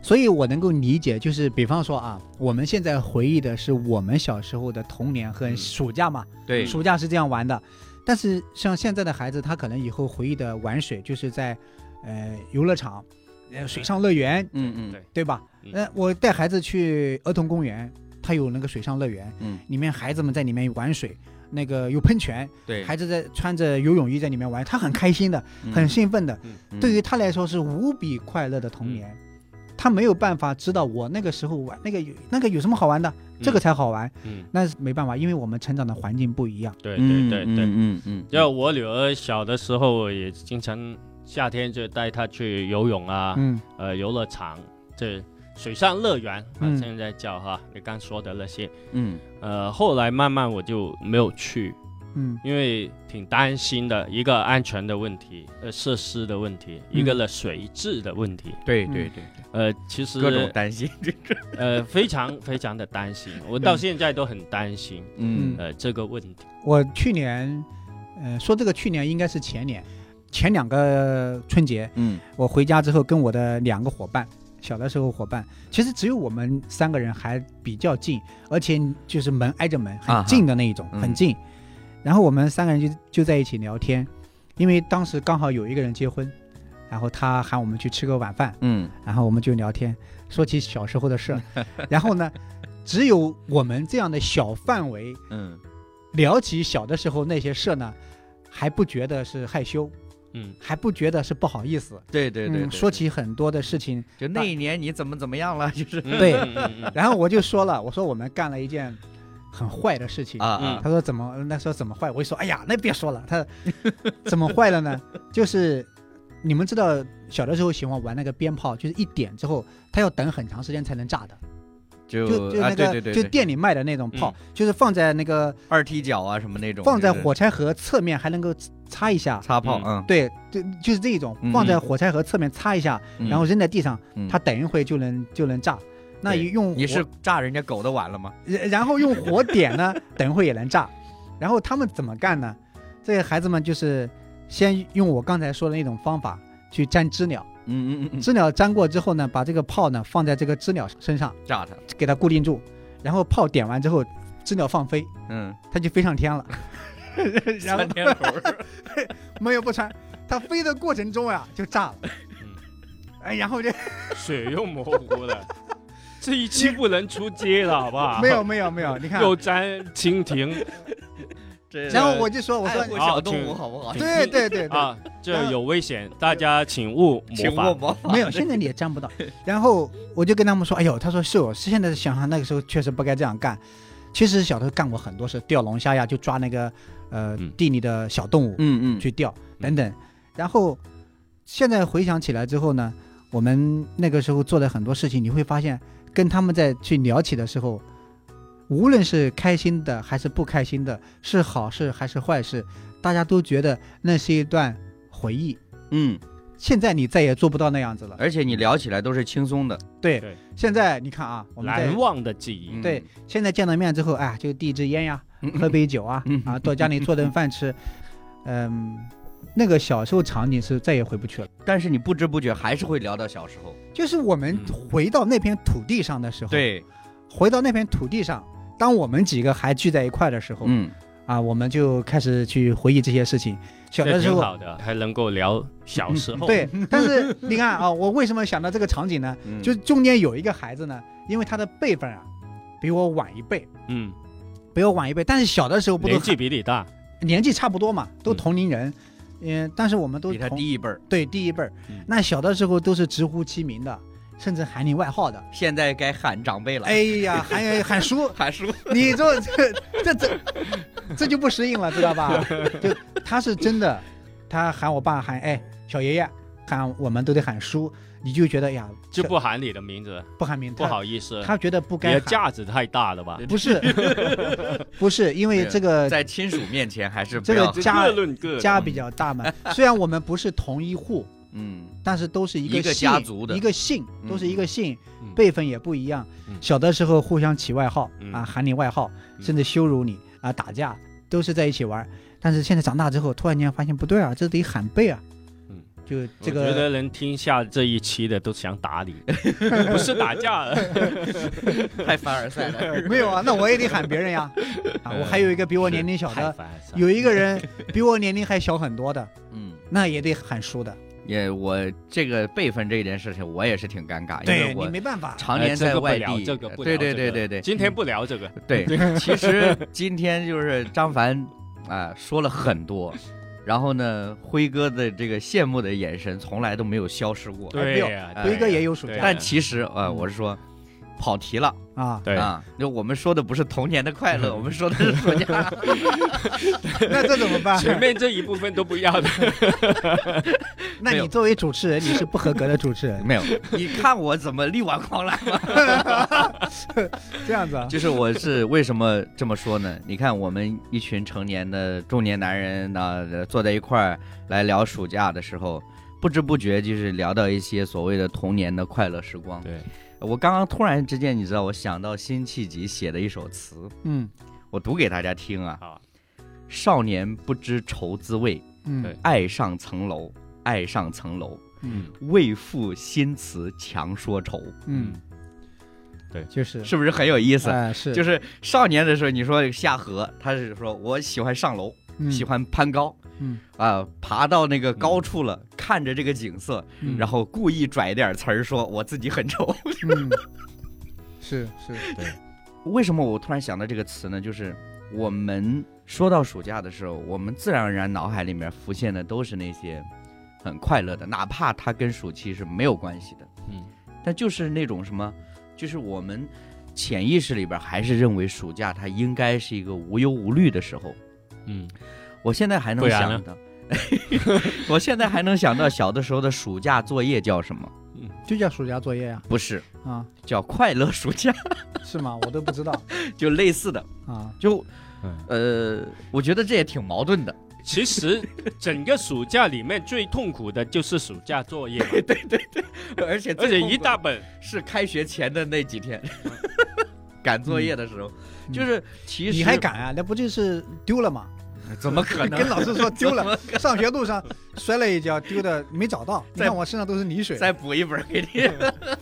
[SPEAKER 2] 所以我能够理解，就是比方说啊，我们现在回忆的是我们小时候的童年和
[SPEAKER 3] 嗯
[SPEAKER 2] 暑假嘛，
[SPEAKER 1] 对，
[SPEAKER 2] 暑假是这样玩的，但是像现在的孩子，他可能以后回忆的玩水就是在，呃，游乐场、呃，水上乐园，
[SPEAKER 1] 嗯嗯
[SPEAKER 2] 对吧？
[SPEAKER 3] 嗯
[SPEAKER 2] 那、我带孩子去儿童公园，它有那个水上乐园，
[SPEAKER 1] 嗯
[SPEAKER 2] 里面孩子们在里面玩水，那个有喷泉，
[SPEAKER 1] 对，嗯
[SPEAKER 2] 孩子在穿着游泳衣在里面玩，他很开心的，很兴奋的，对于他来说是无比快乐的童年。
[SPEAKER 1] 嗯
[SPEAKER 2] 他没有办法知道我那个时候玩那个有那个有什么好玩的，这个才好玩，
[SPEAKER 3] 嗯，
[SPEAKER 2] 那是没办法，因为我们成长的环境不一样。
[SPEAKER 3] 对对对对。
[SPEAKER 1] 嗯嗯
[SPEAKER 3] 就我女儿小的时候也经常夏天就带她去游泳啊，
[SPEAKER 2] 嗯，
[SPEAKER 3] 呃，游乐场，这水上乐园，啊，
[SPEAKER 2] 嗯
[SPEAKER 3] 现在叫哈，你刚说的那些，
[SPEAKER 1] 嗯
[SPEAKER 3] 呃，后来慢慢我就没有去，
[SPEAKER 2] 嗯
[SPEAKER 3] 因为挺担心的，一个安全的问题，呃，设施的问题，一个呢水质的问题，
[SPEAKER 1] 对对对，
[SPEAKER 3] 呃，其实
[SPEAKER 1] 嗯各种担心，
[SPEAKER 3] 呃非常非常的担心，我到现在都很担心，
[SPEAKER 1] 嗯
[SPEAKER 3] 呃，这个问题，
[SPEAKER 2] 我去年，呃，说这个去年应该是前年，前两个春节
[SPEAKER 1] 嗯
[SPEAKER 2] 我回家之后跟我的两个伙伴，小的时候伙伴，其实只有我们三个人还比较近，而且就是门挨着门，
[SPEAKER 1] 啊哈
[SPEAKER 2] 很近的那一种，
[SPEAKER 1] 嗯
[SPEAKER 2] 很近。然后我们三个人就就在一起聊天，因为当时刚好有一个人结婚，然后他喊我们去吃个晚饭，
[SPEAKER 1] 嗯
[SPEAKER 2] 然后我们就聊天，说起小时候 的事儿。然后呢，只有我们这样的小范围
[SPEAKER 1] 嗯
[SPEAKER 2] 聊起小的时候那些事儿呢，还不觉得是害羞，
[SPEAKER 3] 嗯，
[SPEAKER 2] 还不觉得是不好意思。
[SPEAKER 1] 对对对，
[SPEAKER 2] 嗯
[SPEAKER 1] 对
[SPEAKER 2] 说起很多的事情，
[SPEAKER 1] 就那一年你怎么怎么样了，就是
[SPEAKER 3] 嗯
[SPEAKER 2] 对
[SPEAKER 3] 嗯嗯嗯
[SPEAKER 2] 然后我就说了，我说我们干了一件很坏的事情。
[SPEAKER 1] 啊啊
[SPEAKER 2] 他说怎么？那说怎么坏？我就说哎呀，那别说了。他 怎么坏了呢？就是你们知道，小的时候喜欢玩那个鞭炮，就是一点之后，它要等很长时间才能炸的，
[SPEAKER 1] 就
[SPEAKER 2] 就就
[SPEAKER 1] 啊
[SPEAKER 2] 那
[SPEAKER 1] 对
[SPEAKER 2] 个
[SPEAKER 1] 对对嗯
[SPEAKER 2] 就
[SPEAKER 1] 对
[SPEAKER 2] 店里卖的那种炮，就是放在那个
[SPEAKER 1] 二踢脚啊什么那种，
[SPEAKER 2] 放在
[SPEAKER 1] 就是
[SPEAKER 2] 火柴盒侧面还能够擦一下，
[SPEAKER 1] 擦炮，嗯，
[SPEAKER 2] 对，就就是这种
[SPEAKER 1] 嗯
[SPEAKER 2] 放在火柴盒侧面擦一下，
[SPEAKER 1] 嗯
[SPEAKER 2] 然后扔在地上，
[SPEAKER 1] 嗯
[SPEAKER 2] 它等一会就能就能炸。那
[SPEAKER 1] 对
[SPEAKER 2] 用
[SPEAKER 1] 你
[SPEAKER 2] 火
[SPEAKER 1] 是炸人家狗的碗了吗？
[SPEAKER 2] 然然后用火点呢，等一会也能炸。然后他们怎么干呢？这些孩子们就是先用我刚才说的那种方法去粘知了，
[SPEAKER 1] 嗯嗯嗯，
[SPEAKER 2] 知了粘过之后呢，把这个炮呢放在这个知了身上，
[SPEAKER 1] 炸它，
[SPEAKER 2] 给它固定住，然后炮点完之后，知了放飞，
[SPEAKER 1] 嗯，
[SPEAKER 2] 它就飞上天了。 然后
[SPEAKER 3] 三天猴儿，
[SPEAKER 2] 没有不穿，它飞的过程中啊就炸了
[SPEAKER 3] 嗯。
[SPEAKER 2] 哎，然后这
[SPEAKER 3] 血肉模糊 了，这一期不能出街了，好不
[SPEAKER 1] 啊
[SPEAKER 3] 好？
[SPEAKER 2] 没有没有没有，你看，啊
[SPEAKER 3] 又沾蜻蜓
[SPEAKER 1] 这
[SPEAKER 2] 然后我就说我说
[SPEAKER 1] 爱护
[SPEAKER 3] 好
[SPEAKER 1] 小动
[SPEAKER 3] 请
[SPEAKER 1] 物好不好？
[SPEAKER 3] 请
[SPEAKER 2] 对对对对，
[SPEAKER 3] 啊，这有危险，大家请勿模
[SPEAKER 1] 请我
[SPEAKER 3] 仿。
[SPEAKER 1] 模仿，
[SPEAKER 2] 没有，现在你也沾不到。然后我就跟他们说：“哎呦，他说是我，是现在想想那个时候确实不该这样干。其实小时候干过很多事，钓龙虾呀，就抓那个呃
[SPEAKER 3] 嗯
[SPEAKER 2] 地里的小动物
[SPEAKER 1] 嗯嗯，
[SPEAKER 2] 去钓等等。然后现在回想起来之后呢，我们那个时候做的很多事情，你会发现跟他们在去聊起的时候，无论是开心的还是不开心的，是好事还是坏事，大家都觉得那是一段回忆。
[SPEAKER 1] 嗯，
[SPEAKER 2] 现在你再也做不到那样子了。”
[SPEAKER 1] 而且你聊起来都是轻松的，
[SPEAKER 2] 对
[SPEAKER 3] 对，
[SPEAKER 2] 现在你看啊，我们在
[SPEAKER 3] 难忘的记忆，
[SPEAKER 1] 嗯
[SPEAKER 2] 对，现在见了面之后，哎，就递一支烟呀，喝杯酒啊
[SPEAKER 1] 嗯，
[SPEAKER 2] 啊，到家里做顿饭吃，嗯，那个小时候场景是再也回不去了。
[SPEAKER 1] 但是你不知不觉还是会聊到小时候，
[SPEAKER 2] 就是我们
[SPEAKER 3] 嗯
[SPEAKER 2] 回到那片土地上的时候，，
[SPEAKER 1] 对，
[SPEAKER 2] 回到那片土地上，当我们几个还聚在一块的时候，
[SPEAKER 1] 嗯，
[SPEAKER 2] 啊，我们就开始去回忆这些事情。小
[SPEAKER 3] 这
[SPEAKER 2] 的时
[SPEAKER 3] 挺
[SPEAKER 2] 候，嗯
[SPEAKER 3] 好的，还能够聊小时候。
[SPEAKER 2] 对，但是你 看啊，我为什么想到这个场景呢？
[SPEAKER 1] 嗯
[SPEAKER 2] 就中间有一个孩子呢，因为他的辈分啊，比我晚一辈，
[SPEAKER 3] 嗯，
[SPEAKER 2] 比我晚一辈，但是小的时候不都
[SPEAKER 3] 年纪比你大，
[SPEAKER 2] 年纪差不多嘛，都同龄人，嗯、但是我们都
[SPEAKER 1] 比他
[SPEAKER 2] 同
[SPEAKER 1] 低一辈儿，
[SPEAKER 2] 对第一辈儿、
[SPEAKER 3] 嗯
[SPEAKER 2] 那小的时候都是直呼其名的，甚至喊你外号的。
[SPEAKER 1] 现在该喊长辈了，
[SPEAKER 2] 哎， 呀，喊喊叔，
[SPEAKER 1] 喊叔，
[SPEAKER 2] 你这这这这这就不适应了，知道 吧？就他是真的，他喊我爸喊哎小爷爷，喊我们都得喊叔，你就觉得哎呀
[SPEAKER 3] 就
[SPEAKER 2] 这
[SPEAKER 3] 不喊你的名字，
[SPEAKER 2] 不喊名
[SPEAKER 3] 不，好意思
[SPEAKER 2] 他，他觉得不
[SPEAKER 3] 你
[SPEAKER 2] 该
[SPEAKER 3] 的
[SPEAKER 2] 喊，
[SPEAKER 3] 架子太大了吧？
[SPEAKER 2] 不是 不是因为这个
[SPEAKER 3] 啊
[SPEAKER 1] 在亲属面前还是不
[SPEAKER 2] 呃这个
[SPEAKER 1] 要，
[SPEAKER 2] 家
[SPEAKER 3] 各论各的
[SPEAKER 2] 家比较大嘛，虽然我们不是同一户，
[SPEAKER 1] 嗯，
[SPEAKER 2] 但是都是一
[SPEAKER 1] 一个
[SPEAKER 2] 姓
[SPEAKER 1] 家族的
[SPEAKER 2] 一个姓，
[SPEAKER 1] 嗯
[SPEAKER 2] 都是一个姓，
[SPEAKER 3] 嗯
[SPEAKER 2] 辈分也不一样。
[SPEAKER 3] 嗯
[SPEAKER 2] 小的时候互相起外号、
[SPEAKER 3] 嗯
[SPEAKER 2] 啊，喊你外号，
[SPEAKER 3] 嗯
[SPEAKER 2] 甚至羞辱你啊，打架都是在一起玩。但是现在长大之后，突然间发现不对啊，这得喊辈啊。
[SPEAKER 3] 嗯，
[SPEAKER 2] 就这
[SPEAKER 3] 我
[SPEAKER 2] 个
[SPEAKER 3] 觉得能听下这一期的都想打 你，不是打架了，
[SPEAKER 1] 太凡尔赛 了，
[SPEAKER 2] 没有啊，那我也得喊别人 呀。啊，我还有一个比我年龄小
[SPEAKER 3] 太
[SPEAKER 2] 的，
[SPEAKER 3] 烦了
[SPEAKER 2] 有一个人比我年龄还小很多的，
[SPEAKER 1] 嗯。
[SPEAKER 2] 那也得喊叔的。
[SPEAKER 1] 也我这个辈分这一件事情，我也是挺尴尬，因
[SPEAKER 2] 对
[SPEAKER 1] 为
[SPEAKER 2] 你
[SPEAKER 1] 我
[SPEAKER 2] 没办法，
[SPEAKER 1] 常
[SPEAKER 3] 哎
[SPEAKER 1] 年
[SPEAKER 3] 这
[SPEAKER 1] 在
[SPEAKER 3] 个不
[SPEAKER 1] 外
[SPEAKER 3] 聊
[SPEAKER 1] 地，
[SPEAKER 3] 这个不
[SPEAKER 1] 对
[SPEAKER 3] 聊
[SPEAKER 1] 对
[SPEAKER 3] 这
[SPEAKER 1] 对
[SPEAKER 3] 个
[SPEAKER 1] 对对
[SPEAKER 2] 嗯
[SPEAKER 3] 今天不聊这个，
[SPEAKER 1] 对。其实今天就是张凡啊、说了很多，然后呢，辉哥的这个羡慕的眼神从来都没有消失过。
[SPEAKER 2] 哎不要
[SPEAKER 3] 对啊呀，
[SPEAKER 1] 哎
[SPEAKER 2] 辉哥也有暑
[SPEAKER 3] 对
[SPEAKER 2] 假
[SPEAKER 1] 但其实啊、
[SPEAKER 2] 嗯
[SPEAKER 1] 呃，我是说。跑题了
[SPEAKER 2] 啊。
[SPEAKER 3] 对，
[SPEAKER 1] 啊！那我们说的不是童年的快乐，我们说的是暑假。
[SPEAKER 2] 那这怎么 办？
[SPEAKER 3] 前面这一部分都不要的，
[SPEAKER 2] 那
[SPEAKER 1] 没
[SPEAKER 2] 你
[SPEAKER 1] 有
[SPEAKER 2] 作为主持人，你是不合格的主持 人，
[SPEAKER 1] 没有，你看我怎么力挽狂澜。
[SPEAKER 2] 这样子啊？
[SPEAKER 1] 就是我是为什么这么说呢？你看我们一群成年的中年男人呢、呃坐在一块儿来聊暑假的时候，不知不觉就是聊到一些所谓的童年的快乐时光。
[SPEAKER 3] 对，
[SPEAKER 1] 我刚刚突然之间，你知道，我想到辛弃疾写的一首词，
[SPEAKER 2] 嗯
[SPEAKER 1] 我读给大家听啊：
[SPEAKER 3] 好，
[SPEAKER 1] 少年不知愁滋味，
[SPEAKER 2] 嗯，
[SPEAKER 3] 对
[SPEAKER 1] 爱上层楼，爱上层楼。
[SPEAKER 2] 嗯
[SPEAKER 1] 为赋新词强说愁，
[SPEAKER 2] 嗯，
[SPEAKER 3] 对
[SPEAKER 2] 就是
[SPEAKER 1] 是不是很有意思？啊
[SPEAKER 2] 哎是
[SPEAKER 1] 就是少年的时候，你说下河，他是说我喜欢上楼，
[SPEAKER 2] 嗯
[SPEAKER 1] 喜欢攀高，
[SPEAKER 2] 嗯
[SPEAKER 1] 啊，爬到那个高处了，看着这个景色，
[SPEAKER 2] 嗯
[SPEAKER 1] 然后故意拽点词儿说我自己很丑。
[SPEAKER 2] 嗯是是
[SPEAKER 1] 为什么我突然想到这个词呢？就是我们说到暑假的时候，我们自然而然脑海里面浮现的都是那些很快乐的，哪怕它跟暑期是没有关系的，
[SPEAKER 3] 嗯，
[SPEAKER 1] 但就是那种什么，就是我们潜意识里边还是认为暑假它应该是一个无忧无虑的时候。
[SPEAKER 3] 嗯，
[SPEAKER 1] 我现在还能
[SPEAKER 3] 不然
[SPEAKER 1] 想
[SPEAKER 3] 呢
[SPEAKER 1] 到， 我现在还能想到小的时候的暑假作业叫什么？
[SPEAKER 2] 就叫暑假作业呀
[SPEAKER 1] 不是
[SPEAKER 2] 啊
[SPEAKER 1] 叫快乐暑假，
[SPEAKER 2] 是吗？我都不知道
[SPEAKER 1] 就类似的，
[SPEAKER 2] 啊
[SPEAKER 1] 就
[SPEAKER 3] 嗯
[SPEAKER 1] 呃，我觉得这也挺矛盾的。
[SPEAKER 3] 其实整个暑假里面最痛苦的就是暑假作业嘛，
[SPEAKER 1] 而且
[SPEAKER 3] 而
[SPEAKER 1] 最
[SPEAKER 3] 且
[SPEAKER 1] 痛苦
[SPEAKER 3] 一大嗯本，
[SPEAKER 1] 是开学前的那几天， 赶作业的时候，
[SPEAKER 2] 嗯
[SPEAKER 1] 就是其实哎
[SPEAKER 2] 你还敢啊？那不就是丢了吗？
[SPEAKER 1] 怎么 可
[SPEAKER 2] 跟
[SPEAKER 1] 能？
[SPEAKER 2] 老师说丢了，上学路上摔了一跤，丢的没找到。你
[SPEAKER 1] 在
[SPEAKER 2] 看我身上都是泥水。
[SPEAKER 1] 再补一本给你，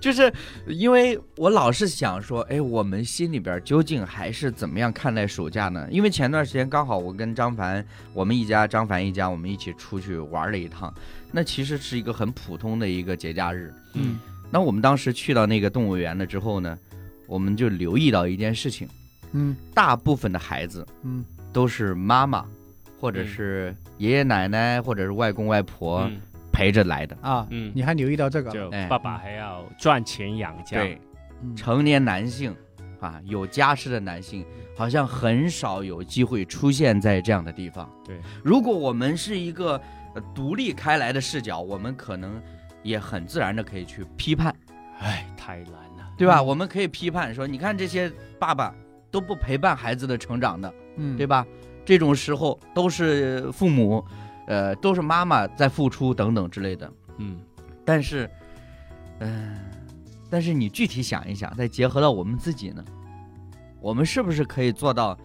[SPEAKER 1] 就是因为我老是想说，哎，我们心里边究竟还是怎么样看待暑假呢？因为前段时间刚好我跟张凡，我们一家张凡一家，我们一起出去玩了一趟，那其实是一个很普通的一个节假日。
[SPEAKER 2] 嗯
[SPEAKER 1] 那我们当时去到那个动物园了之后呢，我们就留意到一件事情，
[SPEAKER 2] 嗯
[SPEAKER 1] 大部分的孩子
[SPEAKER 2] 嗯
[SPEAKER 1] 都是妈妈，或者是爷爷奶奶，或者是外公外婆
[SPEAKER 3] 嗯
[SPEAKER 1] 陪着来的。
[SPEAKER 2] 啊，
[SPEAKER 3] 嗯，
[SPEAKER 2] 你还留意到这个？
[SPEAKER 3] 就
[SPEAKER 1] 哎
[SPEAKER 3] 爸爸还要赚钱养家，
[SPEAKER 1] 对，
[SPEAKER 2] 嗯
[SPEAKER 1] 成年男性啊，有家室的男性，好像很少有机会出现在这样的地方。
[SPEAKER 3] 对，
[SPEAKER 1] 如果我们是一个呃独立开来的视角，我们可能也很自然的可以去批判，
[SPEAKER 3] 哎，太难了，
[SPEAKER 1] 对吧？
[SPEAKER 2] 嗯
[SPEAKER 1] 我们可以批判说，你看这些爸爸都不陪伴孩子的成长的。
[SPEAKER 2] 嗯
[SPEAKER 1] 对？吧？这种时候都是父母，呃，都是妈妈在付出等等之类的。
[SPEAKER 3] 嗯，
[SPEAKER 1] 但是，嗯、但是你具体想一想，再结合到我们自己呢，我们是不是可以做到？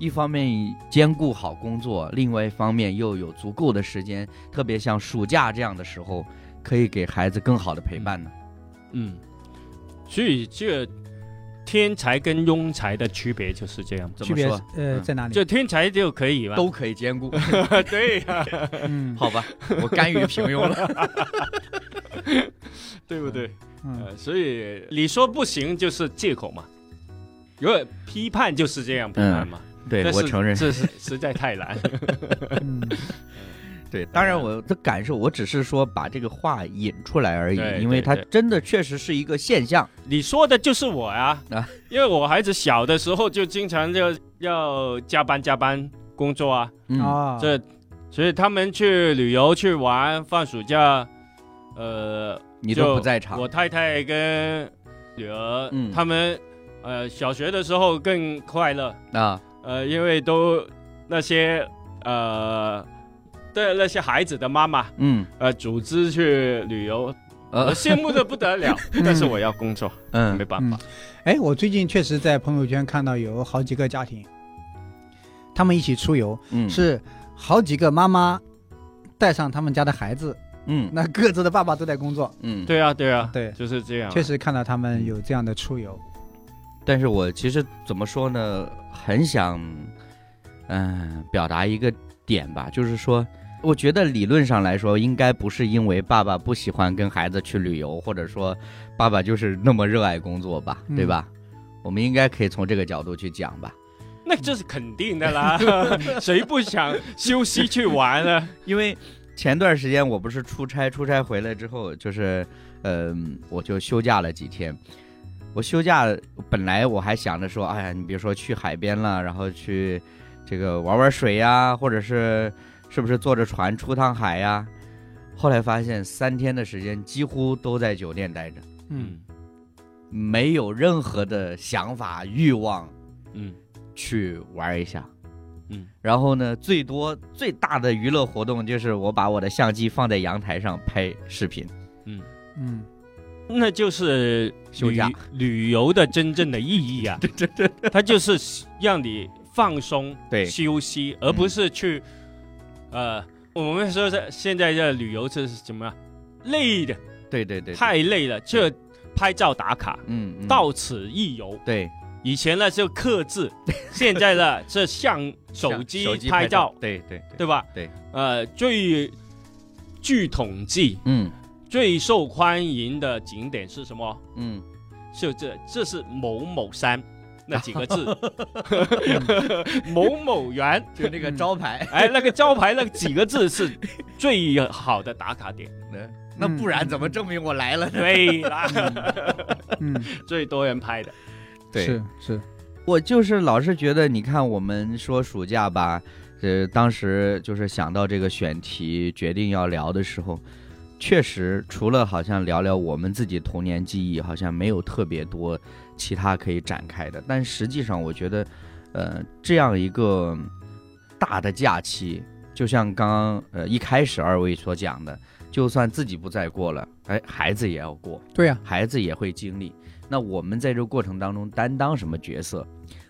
[SPEAKER 1] 一方面兼顾好工作，另外一方面又有足够的时间，特别像暑假这样的时候，可以给孩子更好的陪伴呢。
[SPEAKER 3] 嗯，所以这个天才跟庸才的区别就是这样。
[SPEAKER 1] 怎
[SPEAKER 2] 区
[SPEAKER 1] 么
[SPEAKER 2] 别
[SPEAKER 1] 说？
[SPEAKER 2] 呃
[SPEAKER 1] 嗯
[SPEAKER 2] 在哪里？
[SPEAKER 3] 这天才就可以吧？
[SPEAKER 1] 都可以兼 顾。
[SPEAKER 3] 对呀、
[SPEAKER 2] 嗯
[SPEAKER 1] 好吧，我甘于平庸了。
[SPEAKER 3] 对不对？
[SPEAKER 2] 嗯
[SPEAKER 3] 呃，所以你说不行就是借口嘛，因为批判就是这样批判嘛。
[SPEAKER 1] 嗯对
[SPEAKER 3] 但，是
[SPEAKER 1] 我承认
[SPEAKER 3] 这是实在太难。
[SPEAKER 2] 嗯
[SPEAKER 1] 对，当然我的感受，我只是说把这个话引出来而已
[SPEAKER 3] 对，
[SPEAKER 1] 因为
[SPEAKER 3] 对
[SPEAKER 1] 它
[SPEAKER 3] 对
[SPEAKER 1] 真的确实是一个现象。
[SPEAKER 3] 你说的就是我呀、
[SPEAKER 1] 啊
[SPEAKER 3] 因为我孩子小的时候就经常要要加班加班工作啊，
[SPEAKER 1] 啊，
[SPEAKER 2] 啊，。
[SPEAKER 3] 这所以他们去旅游去玩，放暑假，呃，
[SPEAKER 1] 你
[SPEAKER 3] 就
[SPEAKER 1] 都不在场
[SPEAKER 3] 我，太太跟女儿，
[SPEAKER 1] 嗯
[SPEAKER 3] 他们呃小学的时候更快乐，
[SPEAKER 1] 啊，
[SPEAKER 3] 呃，因为都那些呃对那些孩子的妈妈
[SPEAKER 1] 嗯，
[SPEAKER 3] 呃组织去旅游，我
[SPEAKER 1] 呃，
[SPEAKER 3] 羡慕的不得 了
[SPEAKER 2] 嗯
[SPEAKER 3] 但是我要工作，没
[SPEAKER 1] 嗯，
[SPEAKER 3] 办法。
[SPEAKER 2] 哎，我最近确实在朋友圈看到有好几个家庭，他们一起出游，
[SPEAKER 1] 嗯，，
[SPEAKER 2] 是好几个妈妈带上他们家的孩子，
[SPEAKER 1] 嗯，
[SPEAKER 2] 那各自的爸爸都在工作。
[SPEAKER 1] 嗯，。
[SPEAKER 3] 对啊，对啊，
[SPEAKER 2] 对，
[SPEAKER 3] 就是这样。
[SPEAKER 2] 确，实看到他们有这样的出游。
[SPEAKER 1] 但是我其实怎么说呢，很想，嗯、表达一个点吧，就是说。我觉得理论上来说，应该不是因为爸爸不喜欢跟孩子去旅游，或者说爸爸就是那么热爱工作吧，
[SPEAKER 2] 嗯
[SPEAKER 1] 对吧？我们应该可以从这个角度去讲吧。
[SPEAKER 3] 那这是肯定的啦，
[SPEAKER 1] 嗯
[SPEAKER 3] 谁不想休息去玩啊呢？
[SPEAKER 1] 因为前段时间我不是出差，出差回来之后就是，嗯、我就休假了几天。我休假本来我还想着说，哎呀，你比如说去海边了，然后去这个玩玩水呀、或者是是不是坐着船出趟海呀、后来发现三天的时间几乎都在酒店待着，
[SPEAKER 2] 嗯，
[SPEAKER 1] 没有任何的想法欲望
[SPEAKER 3] 嗯
[SPEAKER 1] 去玩一下。
[SPEAKER 3] 嗯，
[SPEAKER 1] 然后呢，最多最大的娱乐活动就是我把我的相机放在阳台上拍视频。
[SPEAKER 2] 嗯，
[SPEAKER 3] 那就是
[SPEAKER 1] 休假
[SPEAKER 3] 旅旅游的真正的意义啊！
[SPEAKER 1] 对对对，
[SPEAKER 3] 它就是让你放松、
[SPEAKER 1] 对
[SPEAKER 3] 休息，而不是去，呃，我们说在现在这旅游这是什么啊？累的，
[SPEAKER 1] 对对对，
[SPEAKER 3] 太累了，这拍照打卡，
[SPEAKER 1] 嗯嗯
[SPEAKER 3] 到此一游。
[SPEAKER 1] 对
[SPEAKER 3] 以前呢就 刻字，现在呢这像手机
[SPEAKER 1] 手机
[SPEAKER 3] 拍
[SPEAKER 1] 照
[SPEAKER 3] 照，，
[SPEAKER 1] 对对对，
[SPEAKER 3] 对吧？
[SPEAKER 1] 对，
[SPEAKER 3] 呃，最据统计
[SPEAKER 1] 嗯
[SPEAKER 3] 最受欢迎的景点是什么？
[SPEAKER 1] 嗯，
[SPEAKER 3] 是这这是某某山那几个字， 某某园，
[SPEAKER 1] 就那个招牌，
[SPEAKER 3] 哎，那个招牌那几个字是最好的打卡 点，
[SPEAKER 1] 那那
[SPEAKER 3] 嗯
[SPEAKER 1] 不然怎么证明我来了呢？
[SPEAKER 3] 对啦，
[SPEAKER 2] 嗯，
[SPEAKER 3] 最多人拍的，
[SPEAKER 2] 是是，
[SPEAKER 1] 我就是老是觉得，你看我们说暑假吧，呃，当时就是想到这个选题，决定要聊的时候，确实除了好像聊聊我们自己童年记忆，好像没有特别多其他可以展开的。但实际上，我觉得，呃，这样一个大的假期，就像刚刚呃一开始二位所讲的，就算自己不再过了，哎，孩子也要过。
[SPEAKER 2] 对呀、
[SPEAKER 1] 孩子也会经历。那我们在这个过程当中担当什么角色？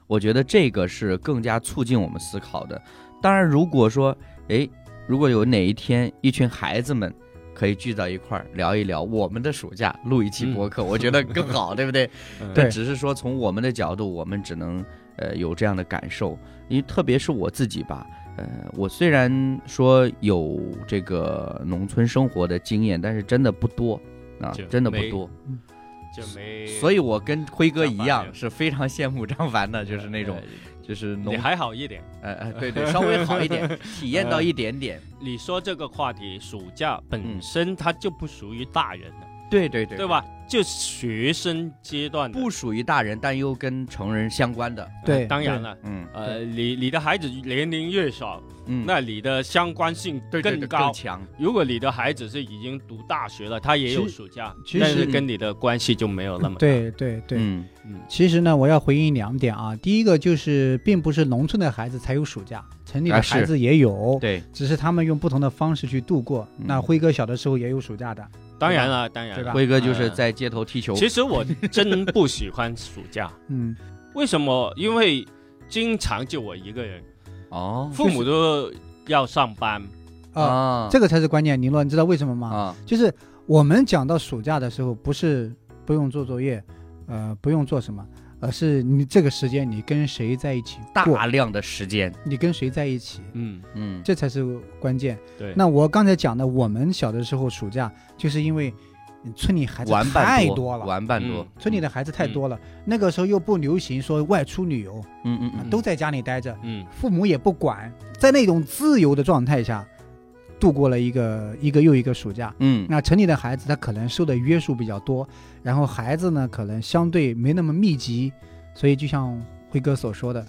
[SPEAKER 1] 我觉得这个是更加促进我们思考的。当然，如果说，诶，如果有哪一天一群孩子们可以聚到一块儿聊一聊我们的暑假，录一期
[SPEAKER 3] 嗯
[SPEAKER 1] 播客，我觉得更 好，对不对？
[SPEAKER 3] 嗯
[SPEAKER 1] 但只是说从我们的角度，我们只能呃有这样的感受，因为特别是我自己吧，呃，我虽然说有这个农村生活的经验，但是真的不多啊
[SPEAKER 3] 就，
[SPEAKER 1] 真的不
[SPEAKER 3] 没
[SPEAKER 1] 多，
[SPEAKER 3] 就没。
[SPEAKER 1] 所以我跟辉哥一
[SPEAKER 3] 张凡
[SPEAKER 1] 样
[SPEAKER 3] 呀
[SPEAKER 1] 是非常羡慕张凡的，就是那种就是
[SPEAKER 3] 呃，
[SPEAKER 1] 农
[SPEAKER 3] 你还好一点。
[SPEAKER 1] 呃呃对对，稍微好一点， 体验到一点点，
[SPEAKER 3] 你说这个话题，暑假本身它就不属于大人的，
[SPEAKER 1] 对嗯对对
[SPEAKER 3] 对？吧？就学生阶段的。呃
[SPEAKER 1] 不属于大人，但又跟成人相关的，
[SPEAKER 2] 对
[SPEAKER 3] 当然了，
[SPEAKER 1] 嗯
[SPEAKER 3] 呃，你你的孩子年龄越小，
[SPEAKER 1] 嗯，
[SPEAKER 3] 那你的相关性
[SPEAKER 1] 对对对
[SPEAKER 3] 更高
[SPEAKER 1] 更。强，
[SPEAKER 3] 如果你的孩子是已经读大学了，他也有暑假，
[SPEAKER 2] 其实
[SPEAKER 3] 但是跟你的关系就没有那么大。
[SPEAKER 2] 对对对。
[SPEAKER 1] 嗯
[SPEAKER 3] 嗯，
[SPEAKER 2] 其实呢，我要回应两点啊。第一个就是，并不是农村的孩子才有暑假，城里
[SPEAKER 1] 啊
[SPEAKER 2] 的
[SPEAKER 1] 是
[SPEAKER 2] 孩子也有，
[SPEAKER 1] 对，
[SPEAKER 2] 只是他们用不同的方式去度过。
[SPEAKER 1] 嗯
[SPEAKER 2] 那辉哥小的时候也有暑假的，
[SPEAKER 3] 当然了，当然
[SPEAKER 2] 对
[SPEAKER 3] 了
[SPEAKER 2] 吧。
[SPEAKER 1] 辉哥就是在街头踢球，
[SPEAKER 3] 其实我真不喜欢暑假，
[SPEAKER 2] 嗯，
[SPEAKER 3] 为什么？因为经常就我一个人，
[SPEAKER 1] 哦
[SPEAKER 3] 父母都要上班。
[SPEAKER 2] 啊，
[SPEAKER 1] 啊
[SPEAKER 2] 这个才是关键。尼洛，你知道为什么吗？
[SPEAKER 1] 啊
[SPEAKER 2] 就是我们讲到暑假的时候，不是不用做作业，呃，不用做什么，而是你这个时间你跟谁在一起过，
[SPEAKER 1] 大量的时间，
[SPEAKER 2] 你跟谁在一起，
[SPEAKER 3] 嗯，
[SPEAKER 1] 嗯
[SPEAKER 2] 这才是关键。
[SPEAKER 3] 对。
[SPEAKER 2] 那我刚才讲的，我们小的时候暑假，就是因为村里孩子
[SPEAKER 1] 玩伴
[SPEAKER 2] 太
[SPEAKER 1] 多
[SPEAKER 2] 了，
[SPEAKER 1] 玩伴多
[SPEAKER 3] 嗯，
[SPEAKER 2] 村里的孩子太多了。那个时候又不流行说外出旅游，啊
[SPEAKER 1] 嗯嗯嗯
[SPEAKER 2] 都在家里待着，
[SPEAKER 3] 嗯，
[SPEAKER 2] 父母也不管，在那种自由的状态下，度过了一个一个又一个暑假。
[SPEAKER 1] 嗯
[SPEAKER 2] 那城里的孩子他可能受的约束比较多，然后孩子呢可能相对没那么密集，所以就像辉哥所说的，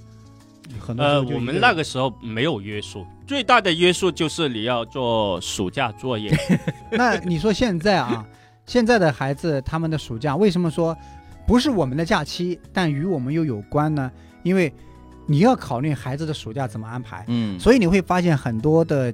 [SPEAKER 2] 很多时
[SPEAKER 3] 呃，
[SPEAKER 2] 候就
[SPEAKER 3] 我
[SPEAKER 2] 一
[SPEAKER 3] 们
[SPEAKER 2] 人
[SPEAKER 3] 那个时候没有约束，最大的约束就是你要做暑假作业。
[SPEAKER 2] 那你说现在啊，现在的孩子他们的暑假为什么说不是我们的假期，但与我们又有关呢？因为你要考虑孩子的暑假怎么安排，
[SPEAKER 1] 嗯，
[SPEAKER 2] 所以你会发现很多的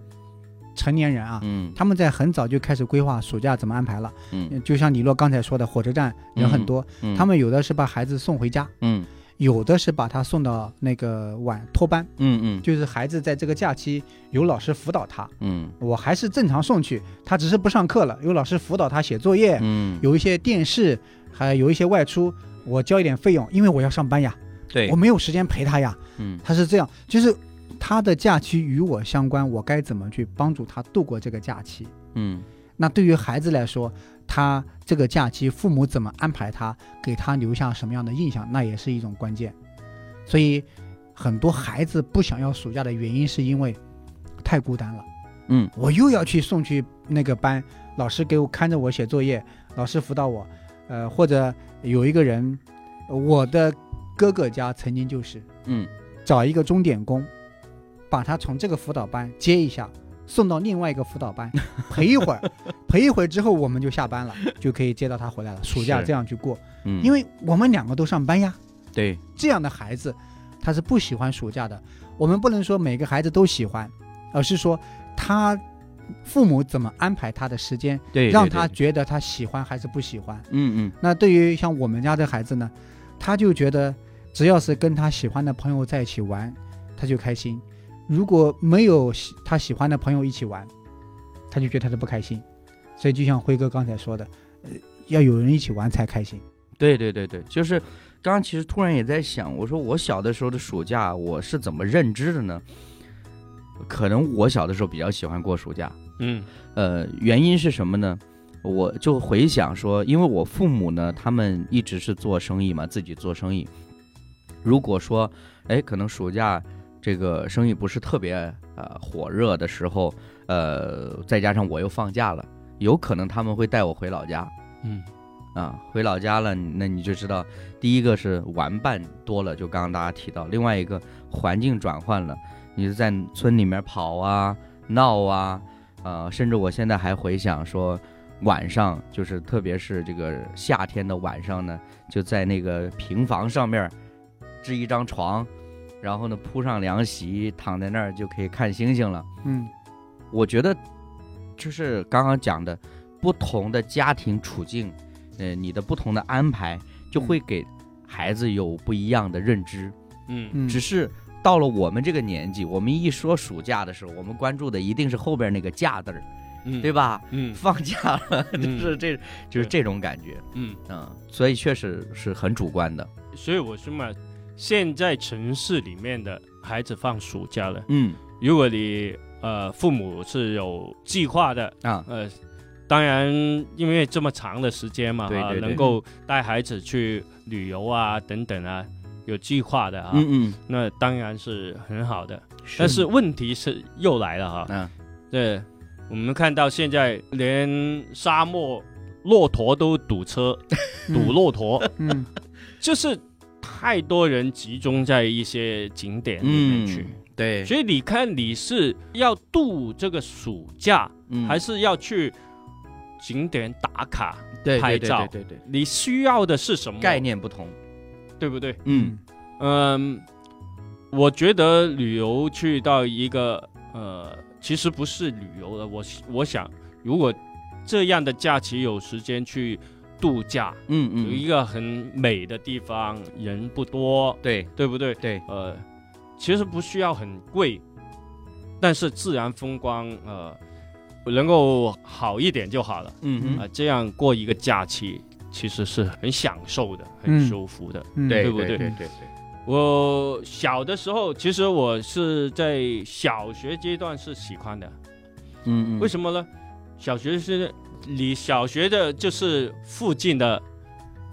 [SPEAKER 2] 成年人啊，
[SPEAKER 1] 嗯
[SPEAKER 2] 他们在很早就开始规划暑假怎么安排了。
[SPEAKER 1] 嗯
[SPEAKER 2] 就像李洛刚才说的，火车站人很多，
[SPEAKER 1] 嗯，
[SPEAKER 2] 他们有的是把孩子送回家，
[SPEAKER 1] 嗯
[SPEAKER 2] 有的是把他送到那个晚托班，
[SPEAKER 1] 嗯嗯
[SPEAKER 2] 就是孩子在这个假期有老师辅导他。
[SPEAKER 1] 嗯
[SPEAKER 2] 我还是正常送去，他只是不上课了，有老师辅导他写作业，
[SPEAKER 1] 嗯，
[SPEAKER 2] 有一些电视，还有一些外出，我交一点费用，因为我要上班呀，
[SPEAKER 1] 对
[SPEAKER 2] 我，没有时间陪他呀。
[SPEAKER 1] 嗯
[SPEAKER 2] 他是这样，就是他的假期与我相关，我该怎么去帮助他度过这个假期？
[SPEAKER 1] 嗯
[SPEAKER 2] 那对于孩子来说，他这个假期父母怎么安排他，给他留下什么样的印象，那也是一种关键。所以，很多孩子不想要暑假的原因是因为太孤单了。
[SPEAKER 1] 嗯，
[SPEAKER 2] 我又要去送去那个班，老师给我看着我写作业，老师辅导我，呃，或者有一个人，我的哥哥家曾经就是
[SPEAKER 1] 嗯
[SPEAKER 2] 找一个钟点工，把他从这个辅导班接一下，送到另外一个辅导 班陪一会儿，陪一会儿之后我们就下班了，就可以接到他回来了。暑假
[SPEAKER 1] 是
[SPEAKER 2] 这样去过，
[SPEAKER 1] 嗯，
[SPEAKER 2] 因
[SPEAKER 1] 为
[SPEAKER 2] 为我们两个都上班呀。
[SPEAKER 1] 对，
[SPEAKER 2] 这样的孩子，他是不喜欢暑假的。我们不能说每个孩子都喜欢，而是说他父母怎么安排他的时间，
[SPEAKER 1] 对，
[SPEAKER 2] 让
[SPEAKER 1] 对
[SPEAKER 2] 他
[SPEAKER 1] 对
[SPEAKER 2] 觉得他喜欢还是不喜欢。
[SPEAKER 1] 嗯嗯
[SPEAKER 2] 那对于像我们家的孩子呢，他就觉得只要是跟他喜欢的朋友在一起玩，他就开心；如果没有喜他喜欢的朋友一起玩，他就觉得他是不开心。所以就像辉哥刚才说的，呃要有人一起玩才开心。
[SPEAKER 1] 对对对对，就是刚刚其实突然也在想，我说我小的时候的暑假我是怎么认知的呢？可能我小的时候比较喜欢过暑假，
[SPEAKER 3] 嗯
[SPEAKER 1] 呃，原因是什么呢？我就回想说，因为我父母呢，他们一直是做生意嘛，自己做生意。如果说，哎，可能暑假这个生意不是特别呃火热的时候，呃，再加上我又放假了，有可能他们会带我回老家
[SPEAKER 3] 嗯
[SPEAKER 1] 啊。回老家了，那你就知道，第一个是玩伴多了，就刚刚大家提到，另外一个环境转换了，你是在村里面跑啊、闹啊，呃，甚至我现在还回想说，晚上就是特别是这个夏天的晚上呢，就在那个平房上面儿支一张床，然后呢铺上凉席，躺在那儿就可以看星星了。
[SPEAKER 2] 嗯，
[SPEAKER 1] 我觉得就是刚刚讲的，不同的家庭处境，呃，你的不同的安排就会给孩子有不一样的认知。
[SPEAKER 3] 嗯
[SPEAKER 2] 嗯
[SPEAKER 1] 只是到了我们这个年纪，我们一说暑假的时候，我们关注的一定是后边那个“假”字儿，
[SPEAKER 3] 嗯，
[SPEAKER 1] 对？吧？
[SPEAKER 3] 嗯
[SPEAKER 1] 放假了， 就
[SPEAKER 3] 嗯
[SPEAKER 1] 是这，就是这种感觉，
[SPEAKER 3] 嗯，
[SPEAKER 1] 嗯，所以确实是很主观的，
[SPEAKER 3] 所以我说嘛，现在城市里面的孩子放暑假了，
[SPEAKER 1] 嗯
[SPEAKER 3] 如果你呃父母是有计划的，
[SPEAKER 1] 啊，
[SPEAKER 3] 呃，当然，因为这么长的时间嘛，
[SPEAKER 1] 对
[SPEAKER 3] 啊
[SPEAKER 1] 对，对
[SPEAKER 3] 能够带孩子去旅游啊，等等啊，有计划的啊，
[SPEAKER 1] 嗯嗯，
[SPEAKER 3] 那当然是很好的。但是问题是又来了哈，
[SPEAKER 1] 嗯，
[SPEAKER 3] 对，我们看到现在连沙漠骆驼都堵车，堵骆驼，
[SPEAKER 2] 嗯，
[SPEAKER 3] 就是太多人集中在一些景点里面去。
[SPEAKER 1] 嗯，对，
[SPEAKER 3] 所以你看，你是要度这个暑假，
[SPEAKER 1] 嗯
[SPEAKER 3] 还是要去景点打卡？
[SPEAKER 1] 对对
[SPEAKER 3] 拍
[SPEAKER 1] 对
[SPEAKER 3] 照
[SPEAKER 1] 对对
[SPEAKER 3] 你需要的是什么
[SPEAKER 1] 对，概，念不同，
[SPEAKER 3] 对不对？
[SPEAKER 1] 嗯
[SPEAKER 3] 嗯，我觉得旅游去到一个呃，其实不是旅游了，我我想，如果这样的假期有时间去度假，
[SPEAKER 1] 嗯
[SPEAKER 3] 有一
[SPEAKER 1] 嗯，
[SPEAKER 3] 个很美的地方，人不多，
[SPEAKER 1] 对
[SPEAKER 3] 对不对？
[SPEAKER 1] 对，
[SPEAKER 3] 呃，其实不需要很贵，但是自然风光，呃，能够好一点就好了。
[SPEAKER 1] 嗯
[SPEAKER 3] 啊、
[SPEAKER 1] 嗯，
[SPEAKER 3] 这样过一个假期其实是很享受的，
[SPEAKER 2] 嗯
[SPEAKER 3] 很舒服的。
[SPEAKER 2] 嗯
[SPEAKER 1] 对
[SPEAKER 3] 对不
[SPEAKER 1] 对
[SPEAKER 3] 对
[SPEAKER 1] 对
[SPEAKER 3] 我小的时候，其实我是在小学阶段是喜欢的，
[SPEAKER 1] 嗯嗯，
[SPEAKER 3] 为什么呢？小学是你小学的，就是附近的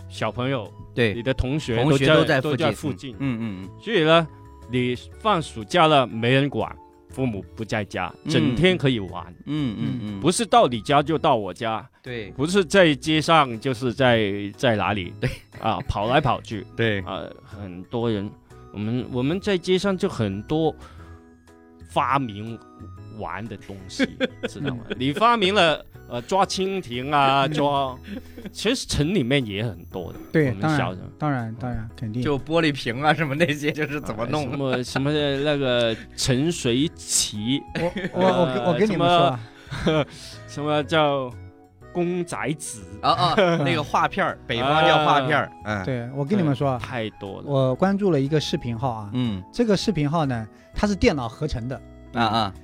[SPEAKER 3] 小朋友，
[SPEAKER 1] 么
[SPEAKER 3] 你
[SPEAKER 1] 对
[SPEAKER 3] 的同学
[SPEAKER 1] 同学
[SPEAKER 3] 在
[SPEAKER 1] 都
[SPEAKER 3] 都
[SPEAKER 1] 在
[SPEAKER 3] 附
[SPEAKER 1] 附
[SPEAKER 3] 近，
[SPEAKER 1] 近，嗯嗯嗯，
[SPEAKER 3] 所以呢，你放暑假了没人管，父母不在家，
[SPEAKER 1] 嗯
[SPEAKER 3] 整天可以玩，
[SPEAKER 1] 嗯嗯嗯，
[SPEAKER 3] 不是到你家就到我家，
[SPEAKER 1] 对
[SPEAKER 3] 不是在街上就是在在哪里，对啊，跑来跑去
[SPEAKER 1] 对，
[SPEAKER 3] 啊，很多人，我们我们在街上就很多发明玩的东西，知 道吗？你发明了呃抓蜻蜓啊，抓，其实城里面也很多的，
[SPEAKER 2] 对
[SPEAKER 3] 我们
[SPEAKER 2] 当然
[SPEAKER 3] 小时候。
[SPEAKER 2] 当然当然肯定。
[SPEAKER 1] 就玻璃瓶啊什么那些，就是怎么弄
[SPEAKER 3] 啊哎什，么什么那个陈水棋，
[SPEAKER 2] 我我我跟我跟你们说啊，
[SPEAKER 3] 什么叫公仔纸，
[SPEAKER 1] 啊啊，那个画片儿，北方叫画片儿，嗯
[SPEAKER 2] 对我跟你们说啊，
[SPEAKER 3] 太多了。
[SPEAKER 2] 我关注了一个视频号啊，
[SPEAKER 1] 嗯
[SPEAKER 2] 这个视频号呢，它是电脑合成的，
[SPEAKER 1] 啊啊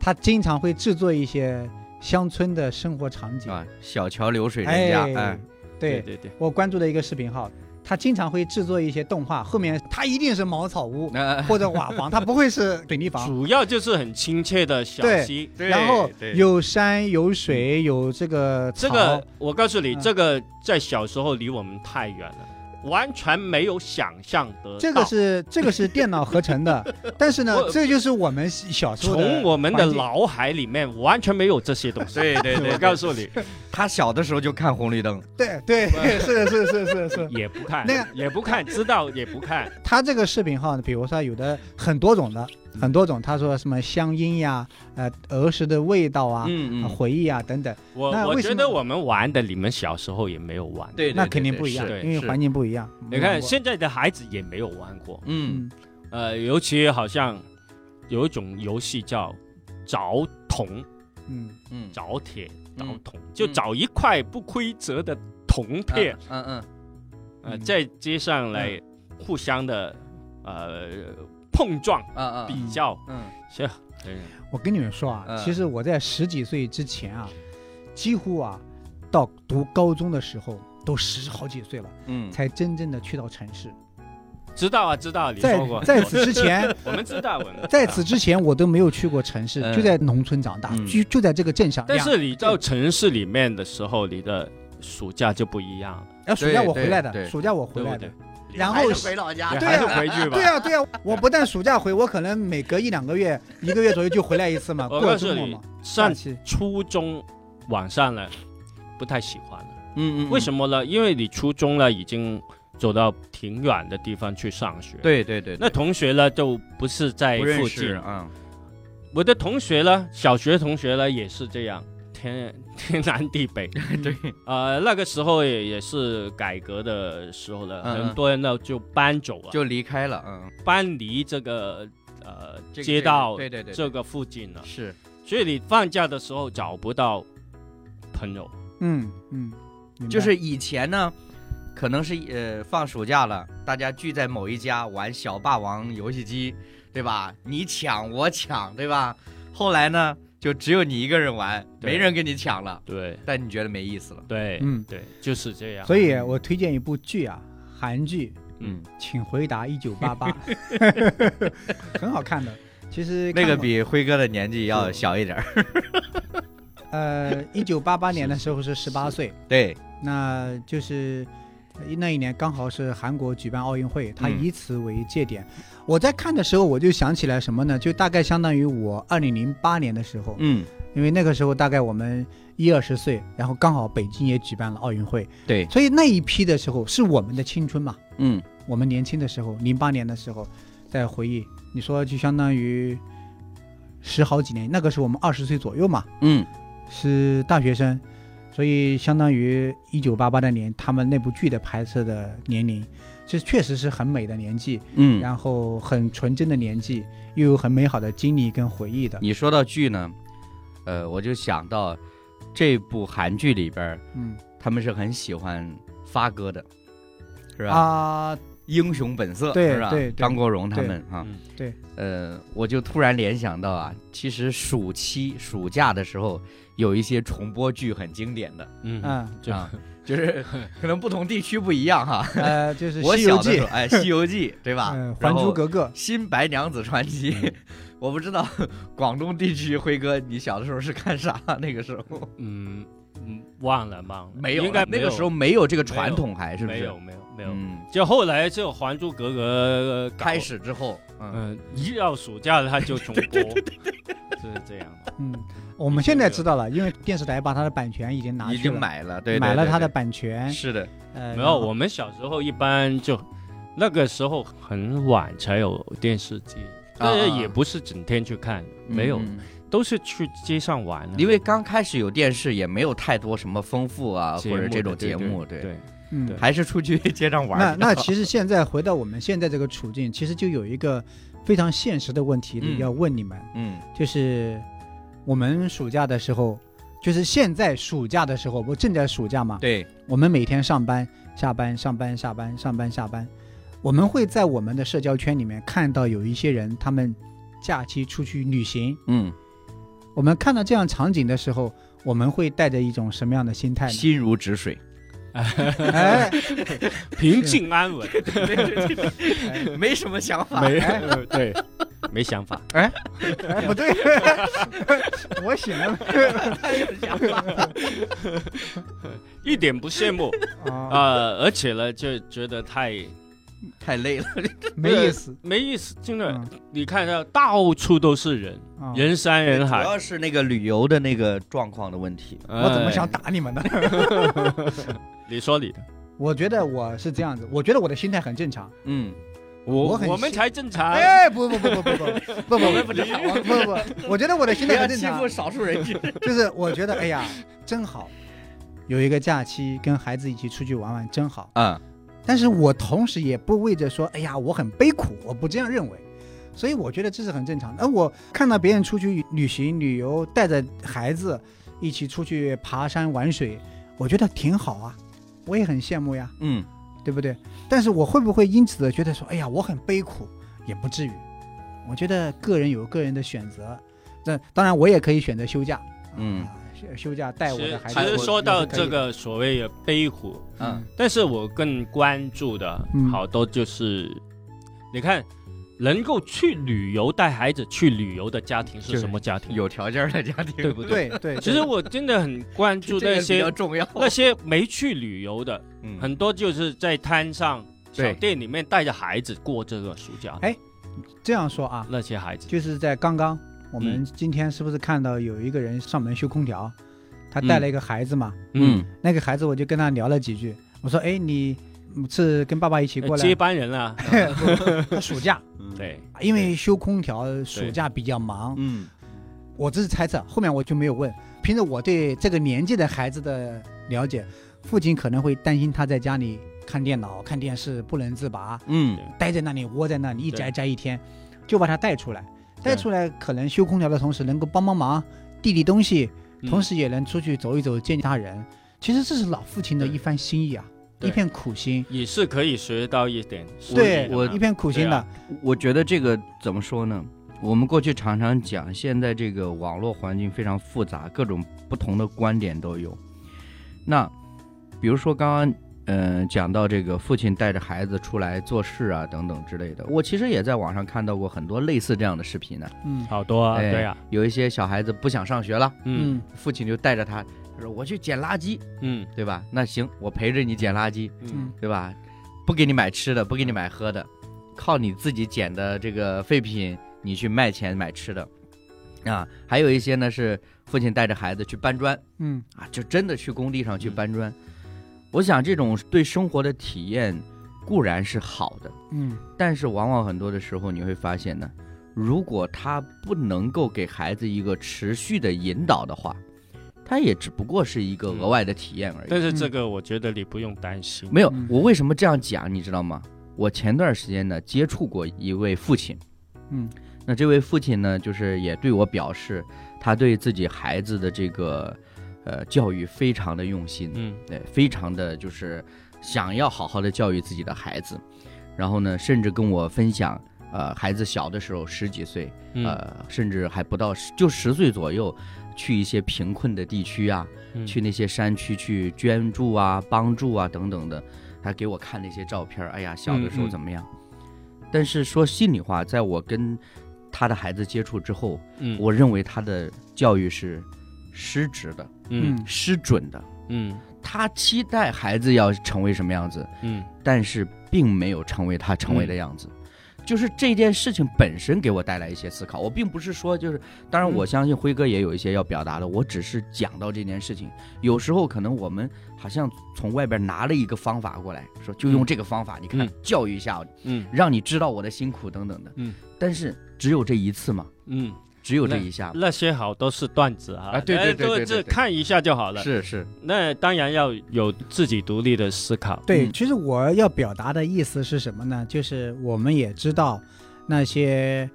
[SPEAKER 2] 它经常会制作一些乡村的生活场景。
[SPEAKER 1] 啊，小桥流水人家，
[SPEAKER 2] 哎
[SPEAKER 1] 哎，，
[SPEAKER 2] 对，
[SPEAKER 3] 对对，
[SPEAKER 2] 我关注的一个视频号，它经常会制作一些动画，后面它一定是茅草 屋
[SPEAKER 1] 那
[SPEAKER 2] 或者瓦房，它不会是水泥 房。
[SPEAKER 3] 主要就是很亲切的小溪。
[SPEAKER 1] 对
[SPEAKER 2] 然后
[SPEAKER 1] 对
[SPEAKER 2] 有山有水有这个
[SPEAKER 3] 这
[SPEAKER 2] 草
[SPEAKER 3] 个我告诉你，
[SPEAKER 2] 嗯
[SPEAKER 3] 这个在小时候离我们太远了，完全没有想象得到。
[SPEAKER 2] 这个是这个是电脑合成的，但是呢，
[SPEAKER 3] 我
[SPEAKER 2] 这就是我们小时候的
[SPEAKER 3] 从我们的
[SPEAKER 2] 环境
[SPEAKER 3] 脑海里面完全没有这些东西。
[SPEAKER 1] 对对对，
[SPEAKER 3] 我告诉你，
[SPEAKER 1] 他小的时候就看红绿灯，
[SPEAKER 2] 对对是是是是是，
[SPEAKER 3] 也不看
[SPEAKER 2] 那，
[SPEAKER 3] 也不 看，知道也不看。
[SPEAKER 2] 他这个视频号呢，比如说有的很多种的，
[SPEAKER 3] 嗯
[SPEAKER 2] 很多种，他说什么乡音呀，呃儿时的味道啊，
[SPEAKER 1] 嗯
[SPEAKER 2] 啊回忆啊等等，
[SPEAKER 3] 我
[SPEAKER 2] 那
[SPEAKER 3] 我
[SPEAKER 2] 为什
[SPEAKER 3] 觉
[SPEAKER 2] 么
[SPEAKER 3] 得我们玩的，你们小时候也没有玩。
[SPEAKER 1] 对，对
[SPEAKER 2] 那肯定不一样，
[SPEAKER 3] 对
[SPEAKER 2] 因为环，境不一样。
[SPEAKER 3] 你看现在的孩子也没有玩过，
[SPEAKER 1] 对是嗯，
[SPEAKER 2] 嗯
[SPEAKER 3] 呃，尤其好像有一种游戏叫凿铜、
[SPEAKER 2] 嗯，
[SPEAKER 1] 嗯，
[SPEAKER 3] 凿铁、
[SPEAKER 1] 嗯
[SPEAKER 3] 凿铜，就找一块不规则的铜片，
[SPEAKER 1] 嗯嗯
[SPEAKER 3] 呃，
[SPEAKER 2] 嗯
[SPEAKER 3] 在街上来互相的呃碰撞
[SPEAKER 1] 嗯嗯
[SPEAKER 2] 啊
[SPEAKER 3] 比较，
[SPEAKER 1] 嗯
[SPEAKER 3] 是对
[SPEAKER 2] 我跟你们说啊
[SPEAKER 1] 嗯，
[SPEAKER 2] 其实我在十几岁之前啊，几乎啊，到读高中的时候都十好几岁了，
[SPEAKER 1] 嗯，
[SPEAKER 2] 才真正的去到城市。
[SPEAKER 3] 知道啊，知道你
[SPEAKER 2] 在
[SPEAKER 3] 说过，
[SPEAKER 2] 在此之前，
[SPEAKER 3] 我们知道，我们
[SPEAKER 2] 在此之前我都没有去过城市，
[SPEAKER 1] 嗯
[SPEAKER 2] 就在农村长大
[SPEAKER 1] 嗯，
[SPEAKER 2] 就就在这个镇上。
[SPEAKER 3] 但
[SPEAKER 2] 两
[SPEAKER 3] 是你到城市里面的时候，你的暑假就不一样了，
[SPEAKER 2] 啊，暑假
[SPEAKER 1] 对
[SPEAKER 2] 我回来
[SPEAKER 1] 对对
[SPEAKER 2] 的，暑假我回
[SPEAKER 3] 对不
[SPEAKER 2] 来
[SPEAKER 3] 对
[SPEAKER 2] 的。？然
[SPEAKER 1] 还
[SPEAKER 2] 后
[SPEAKER 1] 是回老家
[SPEAKER 3] 你
[SPEAKER 2] 对
[SPEAKER 3] 还是
[SPEAKER 2] 啊
[SPEAKER 3] 回去吧。
[SPEAKER 2] 对呀对呀，我不但暑假回，我可能每隔一两个月、一个月左右就回来一次嘛，
[SPEAKER 3] 我
[SPEAKER 2] 过
[SPEAKER 3] 告
[SPEAKER 2] 周
[SPEAKER 3] 诉
[SPEAKER 2] 末
[SPEAKER 3] 你
[SPEAKER 2] 嘛。，假
[SPEAKER 3] 上
[SPEAKER 2] 期
[SPEAKER 3] 初中晚上呢，不太喜欢了。
[SPEAKER 1] 嗯嗯，
[SPEAKER 3] 为什么呢？因为你初中呢已经走到挺远的地方去上学，
[SPEAKER 1] 么？，对对对，
[SPEAKER 3] 那同学呢就不是在
[SPEAKER 1] 不认
[SPEAKER 3] 附
[SPEAKER 1] 识
[SPEAKER 3] 近。
[SPEAKER 1] 啊，
[SPEAKER 3] 我的同学呢，小学同学呢也是这样，天 天南地北。
[SPEAKER 1] 对，
[SPEAKER 3] 呃，那个时候也也是改革的时候了，
[SPEAKER 1] 嗯嗯
[SPEAKER 3] 很多人呢就搬走了，
[SPEAKER 1] 就离开了，嗯，
[SPEAKER 3] 搬离这个呃
[SPEAKER 1] 这个
[SPEAKER 3] 街
[SPEAKER 1] 这
[SPEAKER 3] 道
[SPEAKER 1] 个对对对，
[SPEAKER 3] 这个附近了。
[SPEAKER 1] 是
[SPEAKER 3] 所以你放假的时候找不到朋友，
[SPEAKER 2] 嗯嗯，明白
[SPEAKER 1] 就是以前呢。可能是呃放暑假了，大家聚在某一家玩小霸王游戏机，对吧？你抢我抢，对吧？后来呢，就只有你一个人玩，
[SPEAKER 3] 对
[SPEAKER 1] 没人跟你抢了，
[SPEAKER 3] 对
[SPEAKER 1] 但你觉得没意思了。
[SPEAKER 3] 对、
[SPEAKER 2] 嗯，
[SPEAKER 3] 对，就是这样。
[SPEAKER 2] 所以我推荐一部剧啊，韩剧，
[SPEAKER 3] 嗯，
[SPEAKER 2] 请回答一九八八，很好看的。其实
[SPEAKER 1] 那个
[SPEAKER 2] 看过
[SPEAKER 1] 比辉哥的年纪要小一点儿，
[SPEAKER 2] 呃一九八八年的时候是十八岁，
[SPEAKER 1] 对，
[SPEAKER 2] 那就是呃那一年刚好是韩国举办奥运会，他
[SPEAKER 1] 嗯
[SPEAKER 2] 以此为界点。我在看的时候，我就想起来什么呢？就大概相当于我二零零八年的时候，
[SPEAKER 1] 嗯，
[SPEAKER 2] 因为那个时候大概我们一二十岁，然后刚好北京也举办了奥运会，
[SPEAKER 1] 对，
[SPEAKER 2] 所以那一批的时候是我们的青春嘛，
[SPEAKER 1] 嗯，
[SPEAKER 2] 我们年轻的时候，零八年的时候，在回忆，你说就相当于十好几年，那个是我们二十岁左右嘛，
[SPEAKER 1] 嗯，
[SPEAKER 2] 是大学生，所以相当于一九八八的年，他们那部剧的拍摄的年龄，这确实是很美的年纪，
[SPEAKER 1] 嗯，
[SPEAKER 2] 然后很纯真的年纪，又有很美好的经历跟回忆的，
[SPEAKER 1] 你说到剧呢，呃，我就想到这部韩剧里边儿，
[SPEAKER 2] 嗯
[SPEAKER 1] 他们是很喜欢发哥的，是吧？
[SPEAKER 2] 啊，
[SPEAKER 1] 英雄本色，
[SPEAKER 2] 对
[SPEAKER 1] 是吧？
[SPEAKER 2] 对对
[SPEAKER 1] 张国荣他们啊，
[SPEAKER 3] 嗯
[SPEAKER 2] 对，
[SPEAKER 1] 呃，我就突然联想到啊，其实暑期暑假的时候有一些重播剧很经典的
[SPEAKER 3] 嗯
[SPEAKER 2] 嗯
[SPEAKER 3] 这
[SPEAKER 1] 啊，就是 可能不同地区不一样哈。
[SPEAKER 2] 呃，就是 《
[SPEAKER 1] 我
[SPEAKER 2] 西
[SPEAKER 1] 小
[SPEAKER 2] 游
[SPEAKER 1] 的
[SPEAKER 2] 记
[SPEAKER 1] 时》候，哎，《西游记》对吧？
[SPEAKER 2] 嗯，《
[SPEAKER 1] 然
[SPEAKER 2] 还
[SPEAKER 1] 后
[SPEAKER 2] 珠格格》
[SPEAKER 1] 新白娘子传奇，
[SPEAKER 3] 嗯
[SPEAKER 1] 我不知道广东地区辉哥，你小的时候是看啥？那个时候
[SPEAKER 3] 嗯嗯，忘了忘了，
[SPEAKER 1] 没有了，
[SPEAKER 3] 应该
[SPEAKER 1] 那
[SPEAKER 3] 没
[SPEAKER 1] 个
[SPEAKER 3] 有
[SPEAKER 1] 时候没有这个传统，还是不是？
[SPEAKER 3] 没有没有没有。
[SPEAKER 1] 嗯，
[SPEAKER 3] 就后来就《还珠格格》搞
[SPEAKER 1] 开，始之后，嗯，
[SPEAKER 3] 嗯，一到暑假他 就重播，就是这样的。
[SPEAKER 2] 嗯，我们现在知道了，因为电视台把它的版权已经拿去
[SPEAKER 3] 嗯
[SPEAKER 1] 已
[SPEAKER 2] 了，
[SPEAKER 1] 经买了，对，对
[SPEAKER 2] 买了它的，
[SPEAKER 1] 对
[SPEAKER 2] 版
[SPEAKER 1] 对
[SPEAKER 3] 哎
[SPEAKER 2] 权。
[SPEAKER 1] 是的，
[SPEAKER 2] 呃，
[SPEAKER 3] 没
[SPEAKER 2] 然
[SPEAKER 3] 有，
[SPEAKER 2] 后
[SPEAKER 3] 我们小时候一般就那个时候很晚才有电视机，但是也不是整天去看，没有，
[SPEAKER 1] 啊嗯
[SPEAKER 3] 都是去街上玩啊。
[SPEAKER 1] 因为刚开始有电视，也没有太多什么丰富啊，
[SPEAKER 3] 节
[SPEAKER 1] 或
[SPEAKER 3] 目
[SPEAKER 1] 者这种
[SPEAKER 3] 对
[SPEAKER 1] 节目，
[SPEAKER 3] 对
[SPEAKER 1] 对，
[SPEAKER 3] 对，
[SPEAKER 2] 嗯
[SPEAKER 3] 对，
[SPEAKER 1] 还是出去街上玩
[SPEAKER 2] 那
[SPEAKER 1] 儿比较好。
[SPEAKER 2] 那其实现在回到我们现在这个处境，其实就有一个非常现实的问题
[SPEAKER 1] 嗯
[SPEAKER 2] 要问你们，
[SPEAKER 1] 嗯
[SPEAKER 2] 就是我们暑假的时候，就是现在暑假的时候，不正在暑假嘛？
[SPEAKER 1] 对，
[SPEAKER 2] 我们每天上班、下班、上班、下班、上班、下班，我们会在我们的社交圈里面看到有一些人，他们假期出去旅行。
[SPEAKER 1] 嗯，
[SPEAKER 2] 我们看到这样场景的时候，我们会带着一种什么样的心态呢？
[SPEAKER 1] 心如止水，
[SPEAKER 2] 哎，
[SPEAKER 3] 平静安 稳，
[SPEAKER 1] 没什么想法。
[SPEAKER 3] 没呃对，没想法。
[SPEAKER 2] 哎不对，我醒了
[SPEAKER 3] 一点不羡慕，
[SPEAKER 2] 啊，
[SPEAKER 3] 呃，而且呢，就觉得太
[SPEAKER 1] 太累了，
[SPEAKER 2] 没意思。
[SPEAKER 3] 没意思，真的。
[SPEAKER 2] 嗯
[SPEAKER 3] 你看到到处都是人，
[SPEAKER 2] 啊
[SPEAKER 3] 人山
[SPEAKER 1] 嗯
[SPEAKER 3] 人
[SPEAKER 1] 主
[SPEAKER 3] 海。
[SPEAKER 1] 要是那个旅游的那个状况的问题。
[SPEAKER 2] 我怎么想
[SPEAKER 3] 哎？
[SPEAKER 2] 打你们呢？
[SPEAKER 3] 你说你的，
[SPEAKER 2] 我觉得我是这样子，我觉得我的心态很正常。
[SPEAKER 1] 嗯，
[SPEAKER 2] 我
[SPEAKER 3] 我
[SPEAKER 2] 很
[SPEAKER 3] 我们才正常。
[SPEAKER 2] 哎，不不不不不不不不
[SPEAKER 1] 我们
[SPEAKER 2] 不
[SPEAKER 1] 不正常
[SPEAKER 2] 不不不，我觉得我的心
[SPEAKER 1] 不
[SPEAKER 2] 态
[SPEAKER 1] 要
[SPEAKER 2] 很正
[SPEAKER 1] 欺
[SPEAKER 2] 常
[SPEAKER 1] 负，少数人群。
[SPEAKER 2] 就是我觉得哎呀，真好，有一个假期跟孩子一起出去玩玩真好。
[SPEAKER 1] 嗯，
[SPEAKER 2] 但是我同时也不为着说，哎呀，我很悲苦，我不这样认为，所以我觉得这是很正常的。而我看到别人出去旅行、旅游，带着孩子一起出去爬山玩水，我觉得挺好啊，我也很羡慕呀，
[SPEAKER 1] 嗯，
[SPEAKER 2] 对不对？但是我会不会因此的觉得说，哎呀，我很悲苦？也不至于，我觉得个人有个人的选择，那当然我也可以选择休假，
[SPEAKER 1] 嗯
[SPEAKER 2] 啊，休休假带我
[SPEAKER 3] 其
[SPEAKER 2] 的
[SPEAKER 3] 实
[SPEAKER 2] 孩子
[SPEAKER 3] 其
[SPEAKER 2] 我也是可以的。
[SPEAKER 3] 实说到这个所谓的悲苦，
[SPEAKER 1] 嗯
[SPEAKER 3] 但是我更关注的
[SPEAKER 2] 嗯
[SPEAKER 3] 好多就是，你看能够去旅游带孩子去旅游的家庭是什么家庭？
[SPEAKER 1] 有条件的家庭，
[SPEAKER 3] 对不
[SPEAKER 2] 对对，对
[SPEAKER 3] 其实我真的很关注
[SPEAKER 1] 这个
[SPEAKER 3] 那
[SPEAKER 1] 比
[SPEAKER 3] 些
[SPEAKER 1] 较重要，
[SPEAKER 3] 那些没去旅游的，
[SPEAKER 1] 嗯
[SPEAKER 3] 很多就是在摊上、
[SPEAKER 1] 对
[SPEAKER 3] 小店里面带着孩子过这个暑假。
[SPEAKER 2] 哎这样说啊，
[SPEAKER 3] 那些孩子，
[SPEAKER 2] 就是在刚刚我
[SPEAKER 1] 嗯
[SPEAKER 2] 们今天是不是看到有一个人上门修空调，他带了一个孩子嘛，
[SPEAKER 1] 嗯，
[SPEAKER 2] 那个孩子我就跟他聊了几句，我说哎你是跟爸爸一起过
[SPEAKER 3] 呃
[SPEAKER 2] 来
[SPEAKER 3] 接班人啊，
[SPEAKER 2] 他暑假，
[SPEAKER 1] 嗯，
[SPEAKER 3] 对，
[SPEAKER 2] 因为修空调暑假比较忙，
[SPEAKER 1] 嗯
[SPEAKER 2] 我只是猜测，后面我就没有问。凭着我对这个年纪的孩子的了解，父亲可能会担心他在家里看电脑、看电视不能自拔，
[SPEAKER 1] 嗯
[SPEAKER 2] 待在那里窝在那里一
[SPEAKER 3] 对
[SPEAKER 2] 宅宅一天，
[SPEAKER 3] 嗯
[SPEAKER 2] 就把他带出来。带出来可能修空调的同时能够帮帮忙、递递东西，
[SPEAKER 3] 嗯
[SPEAKER 2] 同时也能出去走一走、见见他人。其实这是老父亲的
[SPEAKER 3] 对
[SPEAKER 2] 一番心意啊，
[SPEAKER 3] 嗯对
[SPEAKER 2] 一片苦心，
[SPEAKER 3] 嗯也是可以学到一点手艺的
[SPEAKER 2] 对
[SPEAKER 3] 嘛。，
[SPEAKER 1] 我
[SPEAKER 2] 一片苦心
[SPEAKER 3] 对
[SPEAKER 2] 的
[SPEAKER 3] 啊，
[SPEAKER 1] 我觉得这个怎么说呢？我们过去常常讲，现在这个网络环境非常复杂，各种不同的观点都有。那比如说刚刚，呃，讲到这个父亲带着孩子出来做事啊，等等之类的，我其实也在网上看到过很多类似这样的视频呢。
[SPEAKER 2] 嗯
[SPEAKER 3] 好多啊，
[SPEAKER 1] 哎
[SPEAKER 3] 对呀，
[SPEAKER 1] 有一些小孩子不想上学了，
[SPEAKER 3] 嗯
[SPEAKER 1] 父亲就带着他，他说我去捡垃圾，
[SPEAKER 3] 嗯
[SPEAKER 1] 对吧？那行，我陪着你捡垃圾，
[SPEAKER 2] 嗯
[SPEAKER 3] 嗯，
[SPEAKER 1] 对吧？不给你买吃的，不给你买喝的，靠你自己捡的这个废品，你去卖钱买吃的，啊，还有一些呢是父亲带着孩子去搬砖
[SPEAKER 2] 嗯
[SPEAKER 1] 啊，就真的去工地上去
[SPEAKER 3] 嗯
[SPEAKER 1] 搬砖。我想这种对生活的体验固然是好的，
[SPEAKER 2] 嗯
[SPEAKER 1] 但是往往很多的时候你会发现呢，如果他不能够给孩子一个持续的引导的话，他也只不过是一个额外的体验而已。
[SPEAKER 3] 但是这个我觉得你不用担心。
[SPEAKER 1] 没有
[SPEAKER 2] 嗯，
[SPEAKER 1] 我为什么这样讲，你知道吗？我前段时间呢接触过一位父亲，
[SPEAKER 2] 嗯
[SPEAKER 1] 那这位父亲呢，就是也对我表示，他对自己孩子的这个呃教育非常的用心，
[SPEAKER 3] 嗯
[SPEAKER 1] 对，呃非常的就是想要好好的教育自己的孩子，然后呢，甚至跟我分享，呃，孩子小的时候十几岁，
[SPEAKER 3] 嗯，
[SPEAKER 1] 呃，甚至还不到十就十岁左右，去一些贫困的地区啊，
[SPEAKER 3] 嗯
[SPEAKER 1] 去那些山区去捐助啊、帮助啊等等的，他给我看那些照片儿，哎呀，小的时候
[SPEAKER 3] 嗯嗯
[SPEAKER 1] 怎么样？但是说心里话，在我跟他的孩子接触之后，
[SPEAKER 3] 嗯
[SPEAKER 1] 我认为他的教育是失职的、
[SPEAKER 3] 嗯
[SPEAKER 1] 失准的。
[SPEAKER 3] 嗯
[SPEAKER 1] 他期待孩子要成为什么样子，
[SPEAKER 3] 嗯
[SPEAKER 1] 但是并没有成为他成为的样子。
[SPEAKER 2] 嗯
[SPEAKER 1] 就是这件事情本身给我带来一些思考，我并不是说就是，当
[SPEAKER 2] 嗯
[SPEAKER 1] 然我相信辉哥也有一些要表达的，我只是讲到这件事情。有时候可能我们好像从外边拿了一个方法过来，说就用这个方法，你看
[SPEAKER 3] 嗯
[SPEAKER 1] 教育一下，
[SPEAKER 3] 嗯
[SPEAKER 1] 让你知道我的辛苦等等的。
[SPEAKER 3] 嗯，
[SPEAKER 1] 但是只有这一次嘛，
[SPEAKER 3] 嗯，
[SPEAKER 1] 只有这一下嘛，
[SPEAKER 3] 那些好都是段子啊，
[SPEAKER 1] 啊对对对
[SPEAKER 3] 哎
[SPEAKER 1] 对对
[SPEAKER 3] 就
[SPEAKER 1] 对
[SPEAKER 3] 就看一下就好了。
[SPEAKER 1] 是是，
[SPEAKER 3] 那当然要有自己独立的思考。
[SPEAKER 2] 对，
[SPEAKER 1] 嗯
[SPEAKER 2] 其实我要表达的意思是什么呢？就是我们也知道，那些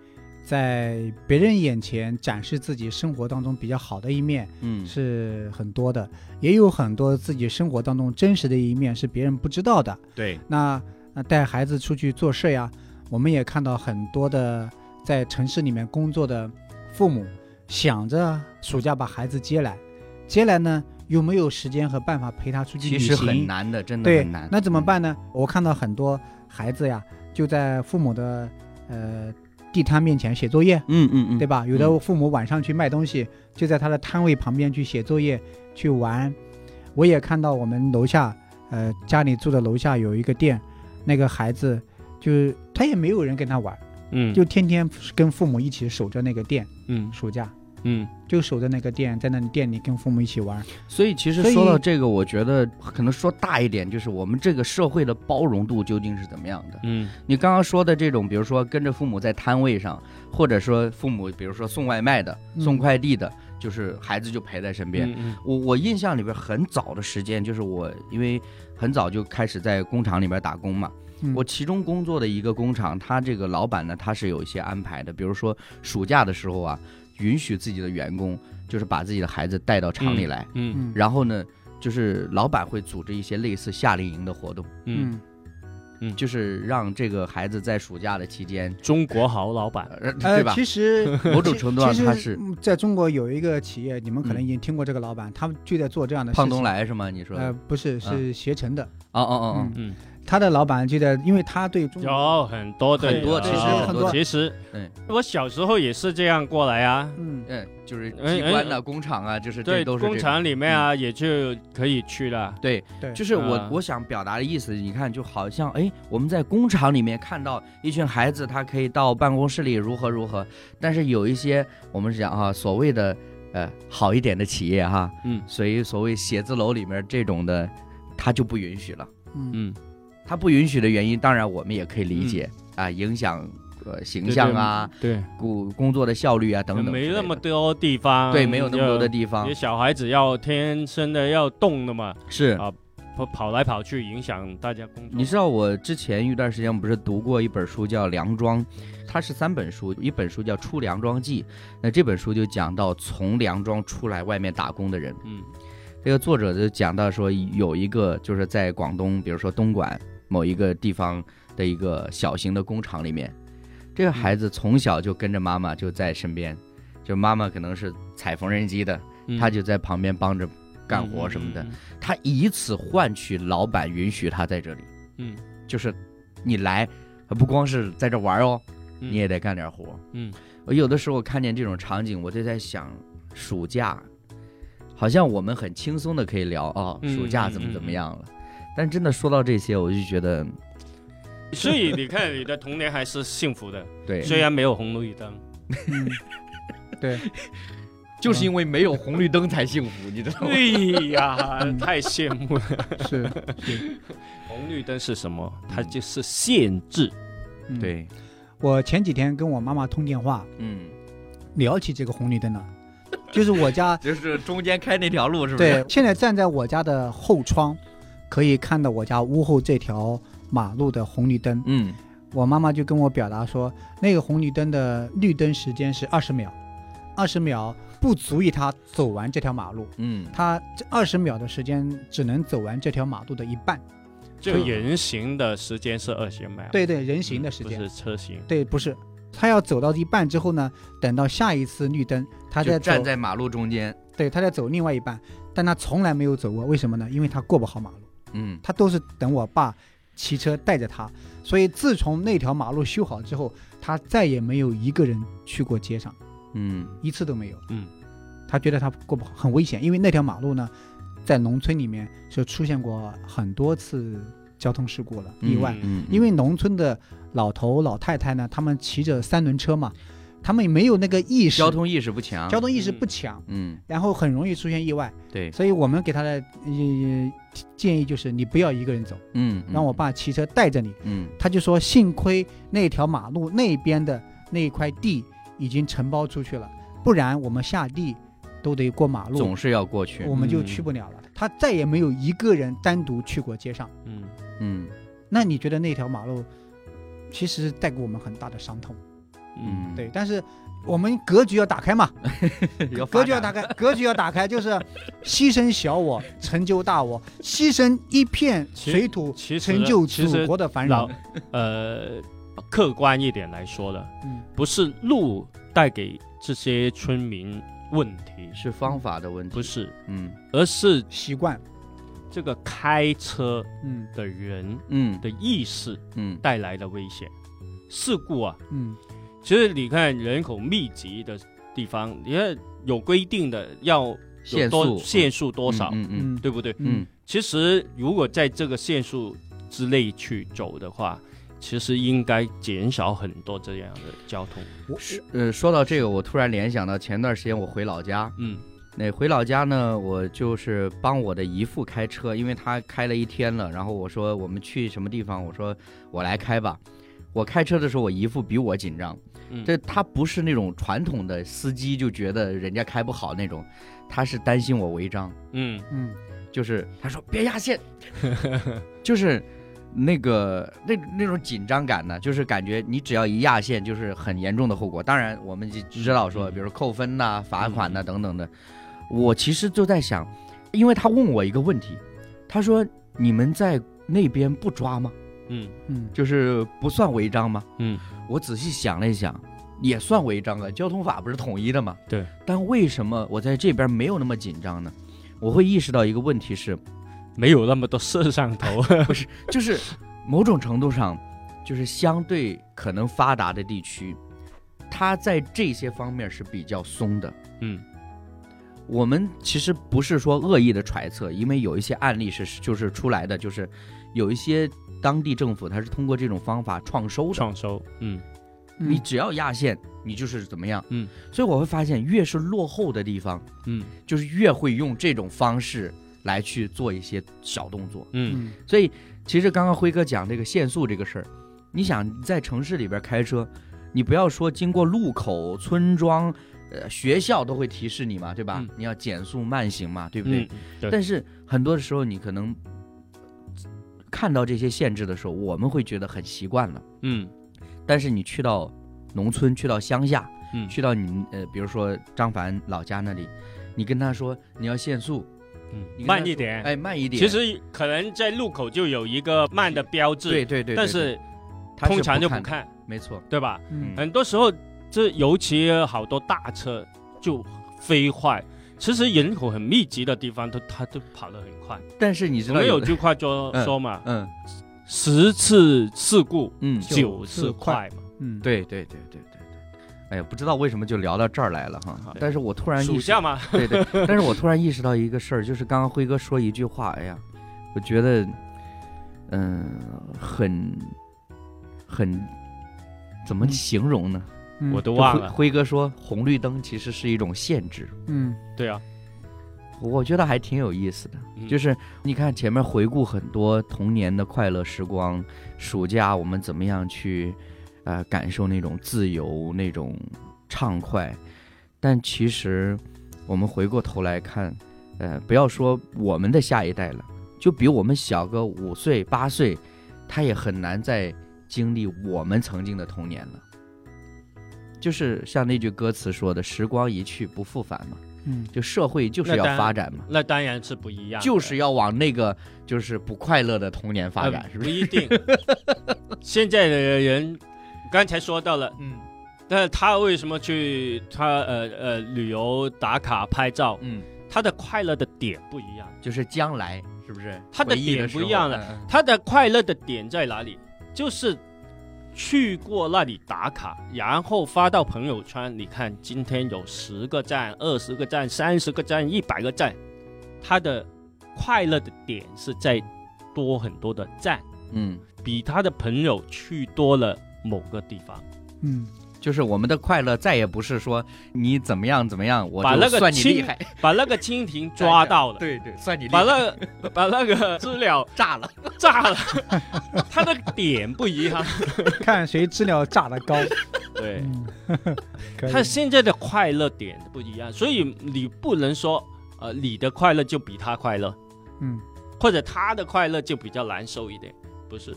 [SPEAKER 2] 在别人眼前展示自己生活当中比较好的一面
[SPEAKER 1] 嗯
[SPEAKER 2] 是很多的，也有很多自己生活当中真实的一面是别人不知道的。
[SPEAKER 1] 对，
[SPEAKER 2] 那那带孩子出去做事呀，我们也看到很多的在城市里面工作的父母，想着暑假把孩子接来，接来呢有没有时间和办法陪他出去
[SPEAKER 1] 其
[SPEAKER 2] 旅
[SPEAKER 1] 实
[SPEAKER 2] 行？
[SPEAKER 1] 很难的，真的
[SPEAKER 2] 对
[SPEAKER 1] 很难，。嗯
[SPEAKER 2] 那怎么办呢？我看到很多孩子呀，就在父母的呃地摊面前写作业，
[SPEAKER 1] 嗯？嗯嗯嗯，
[SPEAKER 2] 对
[SPEAKER 1] 吧？
[SPEAKER 2] 吧？有的父母晚上去卖东西，就在他的摊位旁边去写作业去玩。我也看到我们楼下，呃，家里住的楼下有一个店，那个孩子就是他也没有人跟他玩，
[SPEAKER 3] 嗯，
[SPEAKER 2] 就天天跟父母一起守着那个店，
[SPEAKER 3] 嗯
[SPEAKER 2] 暑假
[SPEAKER 3] 嗯
[SPEAKER 2] 就守着那个店，在那里店里跟父母一起玩。
[SPEAKER 1] 所以其实
[SPEAKER 2] 所以
[SPEAKER 1] 说到这个，我觉得可能说大一点，就是我们这个社会的包容度究竟是怎么样的？
[SPEAKER 3] 嗯
[SPEAKER 1] 你刚刚说的这种，比如说跟着父母在摊位上，或者说父母比如说送外卖的、
[SPEAKER 2] 嗯
[SPEAKER 1] 送快递的，就是孩子就陪在身边。
[SPEAKER 3] 嗯嗯
[SPEAKER 1] 我我印象里边很早的时间，就是我因为很早就开始在工厂里边打工嘛，
[SPEAKER 2] 嗯
[SPEAKER 1] 我其中工作的一个工厂，他这个老板呢，他是有一些安排的，比如说暑假的时候啊，允许自己的员工就是把自己的孩子带到厂里来。
[SPEAKER 3] 嗯
[SPEAKER 2] 嗯
[SPEAKER 1] 然后呢，就是老板会组织一些类似夏令营的活动，
[SPEAKER 3] 嗯嗯
[SPEAKER 1] 就是让这个孩子在暑假的期间，
[SPEAKER 3] 中国好老板，
[SPEAKER 1] 呃对
[SPEAKER 2] 呃，
[SPEAKER 1] 吧？
[SPEAKER 2] 其实
[SPEAKER 1] 某种程度上
[SPEAKER 2] 其实
[SPEAKER 1] 他是
[SPEAKER 2] 嗯在中国有一个企业，你们可能
[SPEAKER 1] 嗯
[SPEAKER 2] 已经听过这个老板，他们就在做这样的事情。
[SPEAKER 1] 胖东，来是吗？你说的？
[SPEAKER 2] 呃，不是，是携程的，
[SPEAKER 1] 哦哦哦哦，
[SPEAKER 3] 嗯，
[SPEAKER 2] 他的老板就在，因为他对中国，
[SPEAKER 3] 有嗯很多的
[SPEAKER 1] 很多
[SPEAKER 3] 人
[SPEAKER 1] 其实
[SPEAKER 3] 啊
[SPEAKER 2] 很多
[SPEAKER 3] 其实
[SPEAKER 1] 嗯，
[SPEAKER 3] 我小时候也是这样过来啊。
[SPEAKER 2] 嗯，
[SPEAKER 1] 嗯，就是
[SPEAKER 3] 哎
[SPEAKER 1] 机关的工厂啊，就是这
[SPEAKER 3] 对，
[SPEAKER 1] 都是这
[SPEAKER 3] 工
[SPEAKER 1] 种
[SPEAKER 3] 厂里面啊，也就可以去了。
[SPEAKER 1] 对，
[SPEAKER 2] 对，
[SPEAKER 1] 就是我、
[SPEAKER 3] 啊
[SPEAKER 1] 我想表达的意思，你看，就好像哎，我们在工厂里面看到一群孩子，他可以到办公室里如何如何，但是有一些我们讲哈、所谓的呃好一点的企业哈、
[SPEAKER 3] 嗯
[SPEAKER 1] 所以所谓写字楼里面这种的，他就不允许了。
[SPEAKER 2] 嗯
[SPEAKER 3] 嗯，
[SPEAKER 1] 他不允许的原因，当然我们也可以理解、啊，影响呃形
[SPEAKER 3] 对嗯
[SPEAKER 1] 象啊，，
[SPEAKER 3] 对对，
[SPEAKER 1] 工工作的效率啊等等之类
[SPEAKER 3] 没
[SPEAKER 1] 的，
[SPEAKER 3] 那么多地方，
[SPEAKER 1] 对，没有那么多的
[SPEAKER 3] 地
[SPEAKER 1] 地方
[SPEAKER 3] 你小孩子要天生的要动的嘛，
[SPEAKER 1] 是
[SPEAKER 3] 啊跑跑来跑去影响大家工作。
[SPEAKER 1] 你知道我之前一段时间不是读过一本书叫《梁庄》，它是三本书，一本书叫《出梁庄记》，那这本书就讲到从梁庄出来外面打工的人。
[SPEAKER 3] 嗯
[SPEAKER 1] 这个作者就讲到说，有一个就是在广东，比如说东莞某一个地方的一个小型的工厂里面，这个孩子从小就跟着妈妈就在身边，就妈妈可能是踩缝纫机的，
[SPEAKER 3] 嗯，
[SPEAKER 1] 他就在旁边帮着干活什么的，他以此换取老板允许他在这里。
[SPEAKER 3] 嗯，嗯，
[SPEAKER 1] 就是你来，不光是在这玩哦，
[SPEAKER 3] 嗯
[SPEAKER 1] 你也得干点活。
[SPEAKER 3] 嗯，
[SPEAKER 1] 我有的时候看见这种场景，我就在想，暑假好像我们很轻松的可以聊哦，
[SPEAKER 3] 嗯
[SPEAKER 1] 暑假怎么怎么样了。但真的说到这些，我就觉得
[SPEAKER 3] 所以你看，你的童年还是幸福的，
[SPEAKER 1] 对，
[SPEAKER 3] 虽然没有红 绿灯。
[SPEAKER 2] 嗯，对，
[SPEAKER 1] 就是因为没有红绿灯才幸福，你知道吗？
[SPEAKER 3] 对哎呀
[SPEAKER 2] 嗯，
[SPEAKER 3] 太羡慕了。
[SPEAKER 2] 是，
[SPEAKER 3] 红绿灯是什么？它
[SPEAKER 1] 嗯
[SPEAKER 3] 就是限制。
[SPEAKER 2] 嗯，
[SPEAKER 1] 对，
[SPEAKER 2] 我前几天跟我妈妈通电话，
[SPEAKER 1] 嗯，
[SPEAKER 2] 聊起这个红绿灯了，就是我家
[SPEAKER 1] 就是中间开那条路是不是？
[SPEAKER 2] 对，，现在站在我家的后窗，可以看到我家屋后这条马路的红绿灯。
[SPEAKER 1] 嗯，
[SPEAKER 2] 我妈妈就跟我表达说，那个红绿灯的绿灯时间是二十秒，二十秒不足以她走完这条马路，
[SPEAKER 1] 嗯，
[SPEAKER 2] 她这二十秒的时间只能走完这条马路的一半。
[SPEAKER 1] 嗯
[SPEAKER 3] 就人行的时间是二十秒，
[SPEAKER 2] 对
[SPEAKER 3] 嗯，
[SPEAKER 2] 对，人行的时
[SPEAKER 3] 不
[SPEAKER 2] 间，
[SPEAKER 3] 是车行。
[SPEAKER 2] 对，不是。她要走到一半之后呢，等到下一次绿灯，她再
[SPEAKER 1] 就
[SPEAKER 2] 走，
[SPEAKER 1] 站在马路中间，
[SPEAKER 2] 对，她再走另外一半，但她从来没有走过，为什么呢？因为她过不好马路。
[SPEAKER 1] 嗯，
[SPEAKER 2] 他都是等我爸骑车带着他。所以自从那条马路修好之后，他再也没有一个人去过街上，
[SPEAKER 1] 嗯，
[SPEAKER 2] 一次都没有。
[SPEAKER 3] 嗯，
[SPEAKER 2] 他觉得他过不好，很危险，因为那条马路呢，在农村里面是出现过很多次交通事故了，意外。
[SPEAKER 1] 嗯，嗯
[SPEAKER 2] 因为农村的老头老太太呢，他们骑着三轮车嘛，他们没有那个意识，
[SPEAKER 1] 交通意识不强，
[SPEAKER 2] 交通意识不强，
[SPEAKER 1] 嗯，
[SPEAKER 2] 然后很容易出现意外。
[SPEAKER 1] 对，
[SPEAKER 2] 所以我们给他的呃建议就是，你不要一个人走。
[SPEAKER 1] 嗯，
[SPEAKER 2] 让我，爸骑车带着你。
[SPEAKER 1] 嗯，
[SPEAKER 2] 他就说，幸亏那条马路那边的那一块地已经承包出去了，不然我们下地都得过马路
[SPEAKER 1] 总，是要过去，
[SPEAKER 2] 我们就去不了了。他再也没有一个人单独去过街上。
[SPEAKER 3] 嗯，
[SPEAKER 1] 嗯。
[SPEAKER 2] 那你觉得那条马路其实带给我们很大的伤痛？
[SPEAKER 1] 嗯，
[SPEAKER 2] 对，但是我们格局要打开嘛，
[SPEAKER 1] 要
[SPEAKER 2] 格局要打开， 格局要打开，就是牺牲小我，成就大我，牺牲一片
[SPEAKER 3] 其
[SPEAKER 2] 水土，
[SPEAKER 3] 其实
[SPEAKER 2] 成就
[SPEAKER 3] 其
[SPEAKER 2] 祖
[SPEAKER 3] 实
[SPEAKER 2] 国的繁
[SPEAKER 3] 老
[SPEAKER 2] 荣。
[SPEAKER 3] 呃，客观一点来说的，
[SPEAKER 2] 嗯，
[SPEAKER 3] 不是路带给这些村民问题，
[SPEAKER 1] 是方法的问题，
[SPEAKER 3] 不，是，
[SPEAKER 1] 嗯
[SPEAKER 3] 而是
[SPEAKER 2] 习惯，
[SPEAKER 3] 这个开车
[SPEAKER 2] 嗯
[SPEAKER 3] 的人
[SPEAKER 1] 嗯
[SPEAKER 3] 的意识
[SPEAKER 1] 嗯
[SPEAKER 3] 带来的危险。事故啊，
[SPEAKER 2] 嗯。
[SPEAKER 3] 其实你看人口密集的地方，你看有规定的要有
[SPEAKER 1] 限
[SPEAKER 3] 多
[SPEAKER 1] 速
[SPEAKER 3] 限速多少，
[SPEAKER 1] 嗯嗯
[SPEAKER 2] 嗯，
[SPEAKER 3] 对不对？
[SPEAKER 1] 嗯
[SPEAKER 3] 其实如果在这个限速之内去走的话，其实应该减少很多这样的交通。
[SPEAKER 2] 我
[SPEAKER 1] 呃，说到这个，我突然联想到前段时间我回老家，
[SPEAKER 3] 嗯
[SPEAKER 1] 那回老家呢，我就是帮我的姨父开车，因为他开了一天了，然后我说我们去什么地方，我说我来开吧。我开车的时候，我姨父比我紧张，
[SPEAKER 3] 嗯，
[SPEAKER 1] 这他不是那种传统的司机就觉得人家开不好那种，他是担心我违章。
[SPEAKER 3] 嗯
[SPEAKER 2] 嗯
[SPEAKER 1] 就是他说别压 线，就是那个那那种紧张感呢，就是感觉你只要一压线，就是很严重的后果。当然，我们就知道说，
[SPEAKER 3] 嗯
[SPEAKER 1] 比如扣分呐、罚款呐、等等的。我其实就在想，因为他问我一个问题，他说你们在那边不抓吗？
[SPEAKER 3] 嗯
[SPEAKER 2] 嗯，
[SPEAKER 1] 就是不算违章吗？
[SPEAKER 3] 嗯，
[SPEAKER 1] 我仔细想了一想，也算违章啊。交通法不是统一的吗？
[SPEAKER 3] 对。
[SPEAKER 1] 但为什么我在这边没有那么紧张呢？我会意识到一个问题是，
[SPEAKER 3] 没有那么多摄像头。
[SPEAKER 1] 就是某种程度上，就是相对可能发达的地区，它在这些方面是比较松的。
[SPEAKER 3] 嗯，
[SPEAKER 1] 我们其实不是说恶意的揣测，因为有一些案例是就是出来的，就是有一些当地政府它是通过这种方法创收的。
[SPEAKER 3] 创收，嗯
[SPEAKER 1] 你只要压线，你就是怎么样？
[SPEAKER 3] 嗯，
[SPEAKER 1] 所以我会发现，越是落后的地方，
[SPEAKER 3] 嗯
[SPEAKER 1] 就是越会用这种方式来去做一些小动作。
[SPEAKER 3] 嗯
[SPEAKER 2] 嗯
[SPEAKER 1] 所以，其实刚刚辉哥讲这个限速这个事儿，你想你在城市里边开车，你不要说经过路口、村庄、呃学校都会提示你嘛，对吧？
[SPEAKER 3] 嗯
[SPEAKER 1] 你要减速慢行嘛，对不对？
[SPEAKER 3] 嗯，对
[SPEAKER 1] 但是很多的时候，你可能看到这些限制的时候，我们会觉得很习惯了。
[SPEAKER 3] 嗯
[SPEAKER 1] 但是你去到农村，去到乡下，
[SPEAKER 3] 嗯
[SPEAKER 1] 去到你们呃，比如说张凡老家那里，你跟他说你要限速，你跟
[SPEAKER 3] 嗯，
[SPEAKER 1] 他
[SPEAKER 3] 慢一
[SPEAKER 1] 说
[SPEAKER 3] 点。
[SPEAKER 1] 哎，慢一点。
[SPEAKER 3] 其实可能在路口就有一个慢的标志，
[SPEAKER 1] 对对对，对
[SPEAKER 3] 但
[SPEAKER 1] 对
[SPEAKER 3] 是
[SPEAKER 1] 他是
[SPEAKER 3] 通常就不
[SPEAKER 1] 看的，
[SPEAKER 3] 看，
[SPEAKER 1] 没错，
[SPEAKER 3] 对吧？
[SPEAKER 2] 嗯
[SPEAKER 3] 很多时候，这尤其好多大车就飞快。其实人口很密集的地方，都它都跑得很快。
[SPEAKER 1] 但是你知
[SPEAKER 3] 我
[SPEAKER 1] 道
[SPEAKER 3] 们有
[SPEAKER 1] 的
[SPEAKER 3] 句话说
[SPEAKER 1] 嗯
[SPEAKER 3] 说嘛，
[SPEAKER 1] 嗯
[SPEAKER 3] 十次事故
[SPEAKER 1] 嗯，
[SPEAKER 2] 九
[SPEAKER 3] 九
[SPEAKER 2] 次
[SPEAKER 3] 次
[SPEAKER 2] 快
[SPEAKER 3] 快嘛。
[SPEAKER 2] 嗯，
[SPEAKER 1] 对对对对对对，哎呀，不知道为什么就聊到这儿来了哈
[SPEAKER 3] 对。
[SPEAKER 1] 但是我突然意
[SPEAKER 3] 暑
[SPEAKER 1] 识，
[SPEAKER 3] 假嘛，
[SPEAKER 1] 对对，但是我突然意识到一个事儿，就是刚刚辉哥说一句话，哎呀，我觉得，嗯、很很怎么
[SPEAKER 2] 嗯
[SPEAKER 1] 形容呢？
[SPEAKER 2] 嗯
[SPEAKER 3] 我都
[SPEAKER 1] 就
[SPEAKER 3] 忘
[SPEAKER 1] 辉
[SPEAKER 3] 了。
[SPEAKER 1] 辉哥说，红绿灯其实是一种限制，
[SPEAKER 2] 嗯
[SPEAKER 3] 对啊，
[SPEAKER 1] 我觉得还挺有意思的。
[SPEAKER 3] 嗯
[SPEAKER 1] 就是你看前面回顾很多童年的快乐时光，暑假我们怎么样去，呃，感受那种自由、那种畅快。但其实我们回过头来看，呃，不要说我们的下一代了，就比我们小个五岁、八岁，他也很难再经历我们曾经的童年了。就是像那句歌词说的：“时光一去不复返”嘛，
[SPEAKER 2] 嗯
[SPEAKER 1] 就社会就是
[SPEAKER 3] 那
[SPEAKER 1] 要
[SPEAKER 3] 当然
[SPEAKER 1] 发展嘛。
[SPEAKER 3] 那当然是不一样的，
[SPEAKER 1] 就是要往那个就是不快乐的童年发展，
[SPEAKER 3] 呃
[SPEAKER 1] 是不
[SPEAKER 3] 不
[SPEAKER 1] 是？
[SPEAKER 3] 一 定。现在的人刚才说到了，
[SPEAKER 1] 嗯
[SPEAKER 3] 但他为什么去他呃呃旅游打卡拍照？
[SPEAKER 1] 嗯，
[SPEAKER 3] 他的快乐的点不一样，
[SPEAKER 1] 就是将来是不是？
[SPEAKER 3] 他的
[SPEAKER 1] 回忆
[SPEAKER 3] 点
[SPEAKER 1] 时
[SPEAKER 3] 不一
[SPEAKER 1] 候
[SPEAKER 3] 样了，
[SPEAKER 1] 嗯
[SPEAKER 3] 他的快乐的点在哪里？就是去过那里打卡，然后发到朋友圈。你看，今天有十个站、二十个站、三十个站、一百个站，他的快乐的点是在多很多的站，
[SPEAKER 1] 嗯，
[SPEAKER 3] 比他的朋友去多了某个地方。
[SPEAKER 2] 嗯
[SPEAKER 1] 就是我们的快乐再也不是说你怎么样怎么样，我
[SPEAKER 3] 把
[SPEAKER 1] 就
[SPEAKER 3] 那个
[SPEAKER 1] 算你
[SPEAKER 3] 亲
[SPEAKER 1] 厉害，
[SPEAKER 3] 把那个蜻蜓 抓到 了，
[SPEAKER 1] 对对，算你厉害，
[SPEAKER 3] 把那个把那个资料
[SPEAKER 1] 炸了，
[SPEAKER 3] 炸了，它的点不一样。
[SPEAKER 2] 看谁知了炸得高。
[SPEAKER 3] 对，
[SPEAKER 2] 嗯，可以
[SPEAKER 3] 他现在的快乐点不一样，所以你不能说呃你的快乐就比他快乐，
[SPEAKER 2] 嗯
[SPEAKER 3] 或者他的快乐就比较难受一点，不是。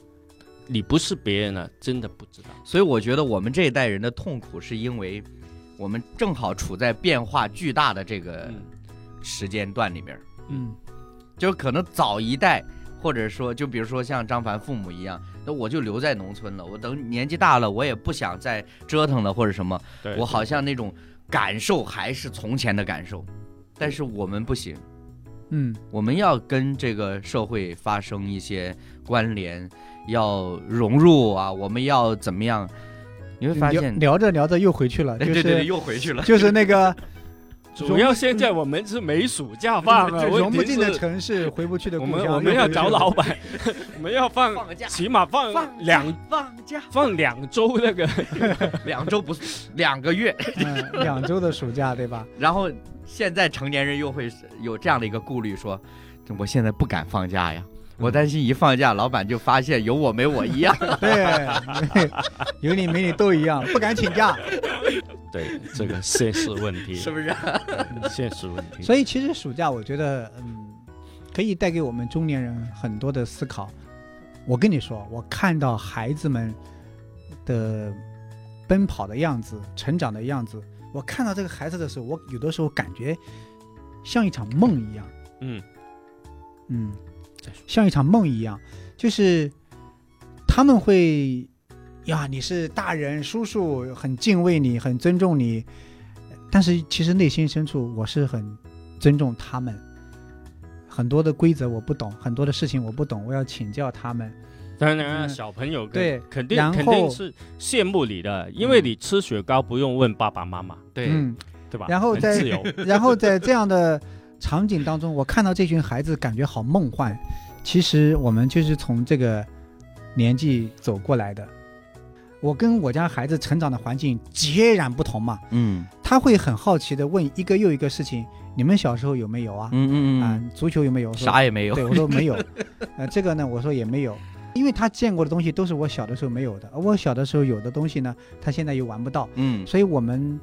[SPEAKER 3] 你不是别人了，真的不知道。
[SPEAKER 1] 所以我觉得我们这一代人的痛苦是因为我们正好处在变化巨大的这个
[SPEAKER 3] 嗯，
[SPEAKER 1] 时间段里边，
[SPEAKER 2] 嗯
[SPEAKER 1] 就可能早一代，或者说就比如说像张凡父母一样，那我就留在农村了。我等年纪大了，我也不想再折腾了或者什么，
[SPEAKER 3] 对
[SPEAKER 1] 我好像那种感受还是从前的感受。但是我们不行，
[SPEAKER 2] 嗯
[SPEAKER 1] 我们要跟这个社会发生一些关联，要融入啊，我们要怎么样？你会发
[SPEAKER 2] 聊
[SPEAKER 1] 现，哎
[SPEAKER 2] 聊着聊着又回去了，
[SPEAKER 1] 对
[SPEAKER 2] 就
[SPEAKER 1] 对对，
[SPEAKER 2] 是
[SPEAKER 1] 又回去了。
[SPEAKER 2] 就是那 个
[SPEAKER 3] 主要现在我们是没暑假放 啊，
[SPEAKER 2] 就融不
[SPEAKER 3] 问题
[SPEAKER 2] 进的
[SPEAKER 3] 是
[SPEAKER 2] 城市，回不去的
[SPEAKER 3] 我
[SPEAKER 2] 故
[SPEAKER 3] 们
[SPEAKER 2] 乡。
[SPEAKER 3] 我们要找老
[SPEAKER 2] 板。
[SPEAKER 3] 板，我们要放，
[SPEAKER 1] 放个假，
[SPEAKER 3] 起码放
[SPEAKER 1] 放
[SPEAKER 3] 两
[SPEAKER 1] 放假
[SPEAKER 3] 放两周那个，
[SPEAKER 1] 两周不是两个月，
[SPEAKER 2] 嗯，两周的暑假，对 吧？
[SPEAKER 1] 然后现在成年人又会有这样的一个顾虑，说我现在不敢放假呀，我担心一放假，老板就发现有我没我一 样。
[SPEAKER 2] 对， 有你没你都一样，不敢请假。
[SPEAKER 3] 对这个现实问题，
[SPEAKER 1] 是不是？
[SPEAKER 3] 现实问题。
[SPEAKER 2] 所以其实暑假，我觉得，嗯，可以带给我们中年人很多的思考。我跟你说，我看到孩子们的奔跑的样子、成长的样子，我看到这个孩子的时候，我有的时候感觉像一场梦一样，
[SPEAKER 3] 嗯，
[SPEAKER 2] 嗯
[SPEAKER 3] 再说，
[SPEAKER 2] 像一场梦一样，就是他们会呀，你是大人，叔叔很敬畏你，很尊重你，但是其实内心深处我是很尊重他们。很多的规则我不懂，很多的事情我不懂，我要请教他们。
[SPEAKER 3] 当然啊，
[SPEAKER 2] 嗯
[SPEAKER 3] 小朋友跟
[SPEAKER 2] 对
[SPEAKER 3] 肯定
[SPEAKER 2] 然
[SPEAKER 3] 肯
[SPEAKER 2] 后
[SPEAKER 3] 定是羡慕你的，因为你吃雪糕不用问爸爸妈妈，
[SPEAKER 1] 对，
[SPEAKER 2] 嗯，
[SPEAKER 3] 对吧？
[SPEAKER 2] 然后
[SPEAKER 3] 很
[SPEAKER 2] 再
[SPEAKER 3] 自由，
[SPEAKER 2] 然后在这样的场景当中，我看到这群孩子感觉好梦幻。其实我们就是从这个年纪走过来的。我跟我家孩子成长的环境截然不同嘛，
[SPEAKER 1] 嗯
[SPEAKER 2] 他会很好奇的问一个又一个事情：你们小时候有没有啊？
[SPEAKER 1] 嗯嗯
[SPEAKER 2] 啊
[SPEAKER 1] 嗯，，
[SPEAKER 2] 足球有没有？我说
[SPEAKER 1] 啥也没有
[SPEAKER 2] 对，，我说没有。呃，这个呢，我说也没有，因为他见过的东西都是我小的时候没有的，而我小的时候有的东西呢，他现在又玩不到，
[SPEAKER 1] 嗯，
[SPEAKER 2] 所以我们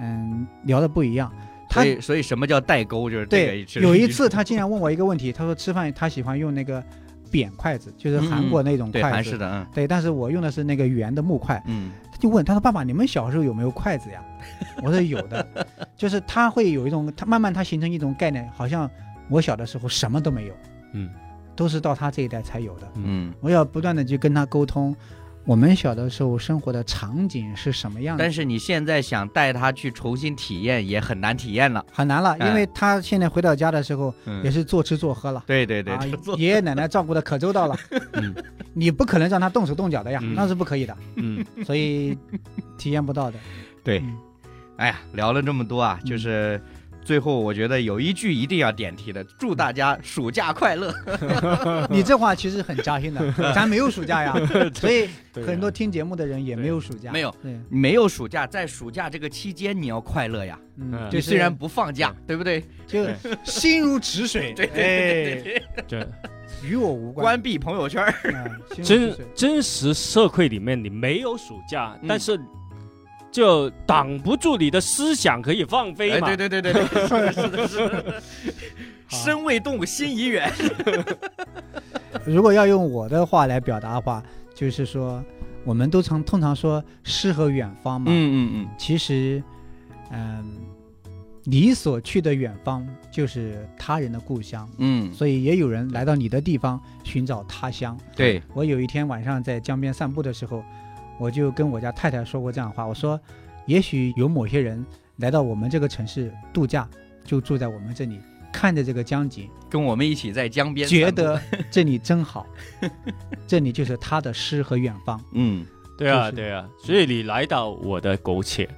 [SPEAKER 2] 嗯聊的不一样。他
[SPEAKER 1] 所以所以什么叫代沟？就是这个
[SPEAKER 2] 对，
[SPEAKER 1] 是
[SPEAKER 2] 有一次他竟然问我一个问题，他说吃饭他喜欢用那个扁筷子，就是韩国那种
[SPEAKER 1] 嗯对
[SPEAKER 2] 筷
[SPEAKER 1] 韩
[SPEAKER 2] 子。
[SPEAKER 1] 式的，嗯
[SPEAKER 2] 对，但是我用的是那个圆的木筷，
[SPEAKER 1] 嗯
[SPEAKER 2] 他就问，他说：“爸爸，你们小时候有没有筷子呀？”我说：“有的。”就是他会有一种，他慢慢他形成一种概念，好像我小的时候什么都没有，
[SPEAKER 3] 嗯，
[SPEAKER 2] 都是到他这一代才有的。
[SPEAKER 1] 嗯。
[SPEAKER 2] 我要不断的去跟他沟通，我们小的时候生活的场景是什么样
[SPEAKER 1] 嗯
[SPEAKER 2] 的
[SPEAKER 1] 但，是你现在想带他去重新体验，也很难体验了。
[SPEAKER 2] 很难了，因为他现在回到家的时候
[SPEAKER 1] 哎嗯
[SPEAKER 2] 也，是坐吃坐喝了。
[SPEAKER 1] 对对对，
[SPEAKER 2] 啊
[SPEAKER 1] 就做，
[SPEAKER 2] 爷爷奶奶照顾的可周到了，
[SPEAKER 3] 嗯
[SPEAKER 2] 你不可能让他动手动脚的呀，
[SPEAKER 3] 嗯
[SPEAKER 2] 那是不可以的，
[SPEAKER 3] 嗯，
[SPEAKER 2] 所以体验不到的。
[SPEAKER 1] 对
[SPEAKER 2] 嗯
[SPEAKER 1] 哎呀，聊了这么多啊，
[SPEAKER 2] 嗯
[SPEAKER 1] 就是最后我觉得有一句一定要点题的，祝大家暑假快乐。
[SPEAKER 2] 你这话其实很扎心的，咱没有暑假呀，所以
[SPEAKER 3] 对啊
[SPEAKER 2] 很多听节目的人也没有暑假，
[SPEAKER 1] 没有
[SPEAKER 2] 对，嗯
[SPEAKER 1] 没有暑假，在暑假这个期间你要快乐呀，
[SPEAKER 3] 嗯
[SPEAKER 2] 嗯，
[SPEAKER 1] 你
[SPEAKER 2] 就
[SPEAKER 1] 虽然不放假，对不对？
[SPEAKER 2] 就
[SPEAKER 3] 对
[SPEAKER 2] 心如止水，
[SPEAKER 1] 对对对对
[SPEAKER 3] 这
[SPEAKER 2] 哎与我无关，
[SPEAKER 1] 关闭朋友圈儿，
[SPEAKER 2] 嗯心如止
[SPEAKER 3] 真
[SPEAKER 2] 水
[SPEAKER 3] 真实社会里面，你没有暑假，
[SPEAKER 1] 嗯
[SPEAKER 3] 但是就挡不住你的思想可以放飞
[SPEAKER 1] 哎
[SPEAKER 3] 嘛。
[SPEAKER 1] 对对对对对，是的，是的，是 的，
[SPEAKER 2] 好
[SPEAKER 1] 身未动，心已远。
[SPEAKER 2] 如果要用我的话来表达的话，就是说，我们都常通常说诗和远方嘛，
[SPEAKER 1] 嗯嗯
[SPEAKER 2] 其实，嗯，你所去的远方就是他人的故乡，
[SPEAKER 1] 嗯嗯，
[SPEAKER 2] 所以也有人来到你的地方寻找他乡。
[SPEAKER 1] 对，
[SPEAKER 2] 我有一天晚上在江边散步的时候，我就跟我家太太说过这样的话，我说，也许有某些人来到我们这个城市度假，就住在我们这里，看着这个江景，
[SPEAKER 1] 跟我们一起在江边
[SPEAKER 2] 觉
[SPEAKER 1] 散步
[SPEAKER 2] 得这里真好，这里就是他的诗和远方。
[SPEAKER 1] 嗯。
[SPEAKER 3] 对
[SPEAKER 2] 就
[SPEAKER 3] 啊
[SPEAKER 2] 是
[SPEAKER 3] 对啊，所以你来到我的苟且，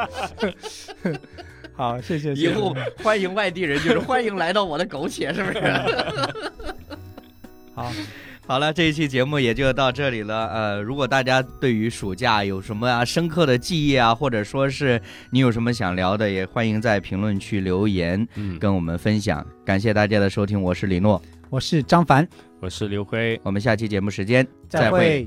[SPEAKER 2] 好，谢谢。
[SPEAKER 1] 以后欢迎外地人，就是欢迎来到我的苟且，是不是？
[SPEAKER 2] 好，
[SPEAKER 1] 好了，这一期节目也就到这里了。呃，如果大家对于暑假有什么啊深刻的记忆啊，或者说是你有什么想聊的，也欢迎在评论区留言
[SPEAKER 3] 嗯，
[SPEAKER 1] 跟我们分享。感谢大家的收听，我是李诺，
[SPEAKER 2] 我是张凡，
[SPEAKER 3] 我是刘辉，
[SPEAKER 1] 我们下期节目时间再
[SPEAKER 2] 会。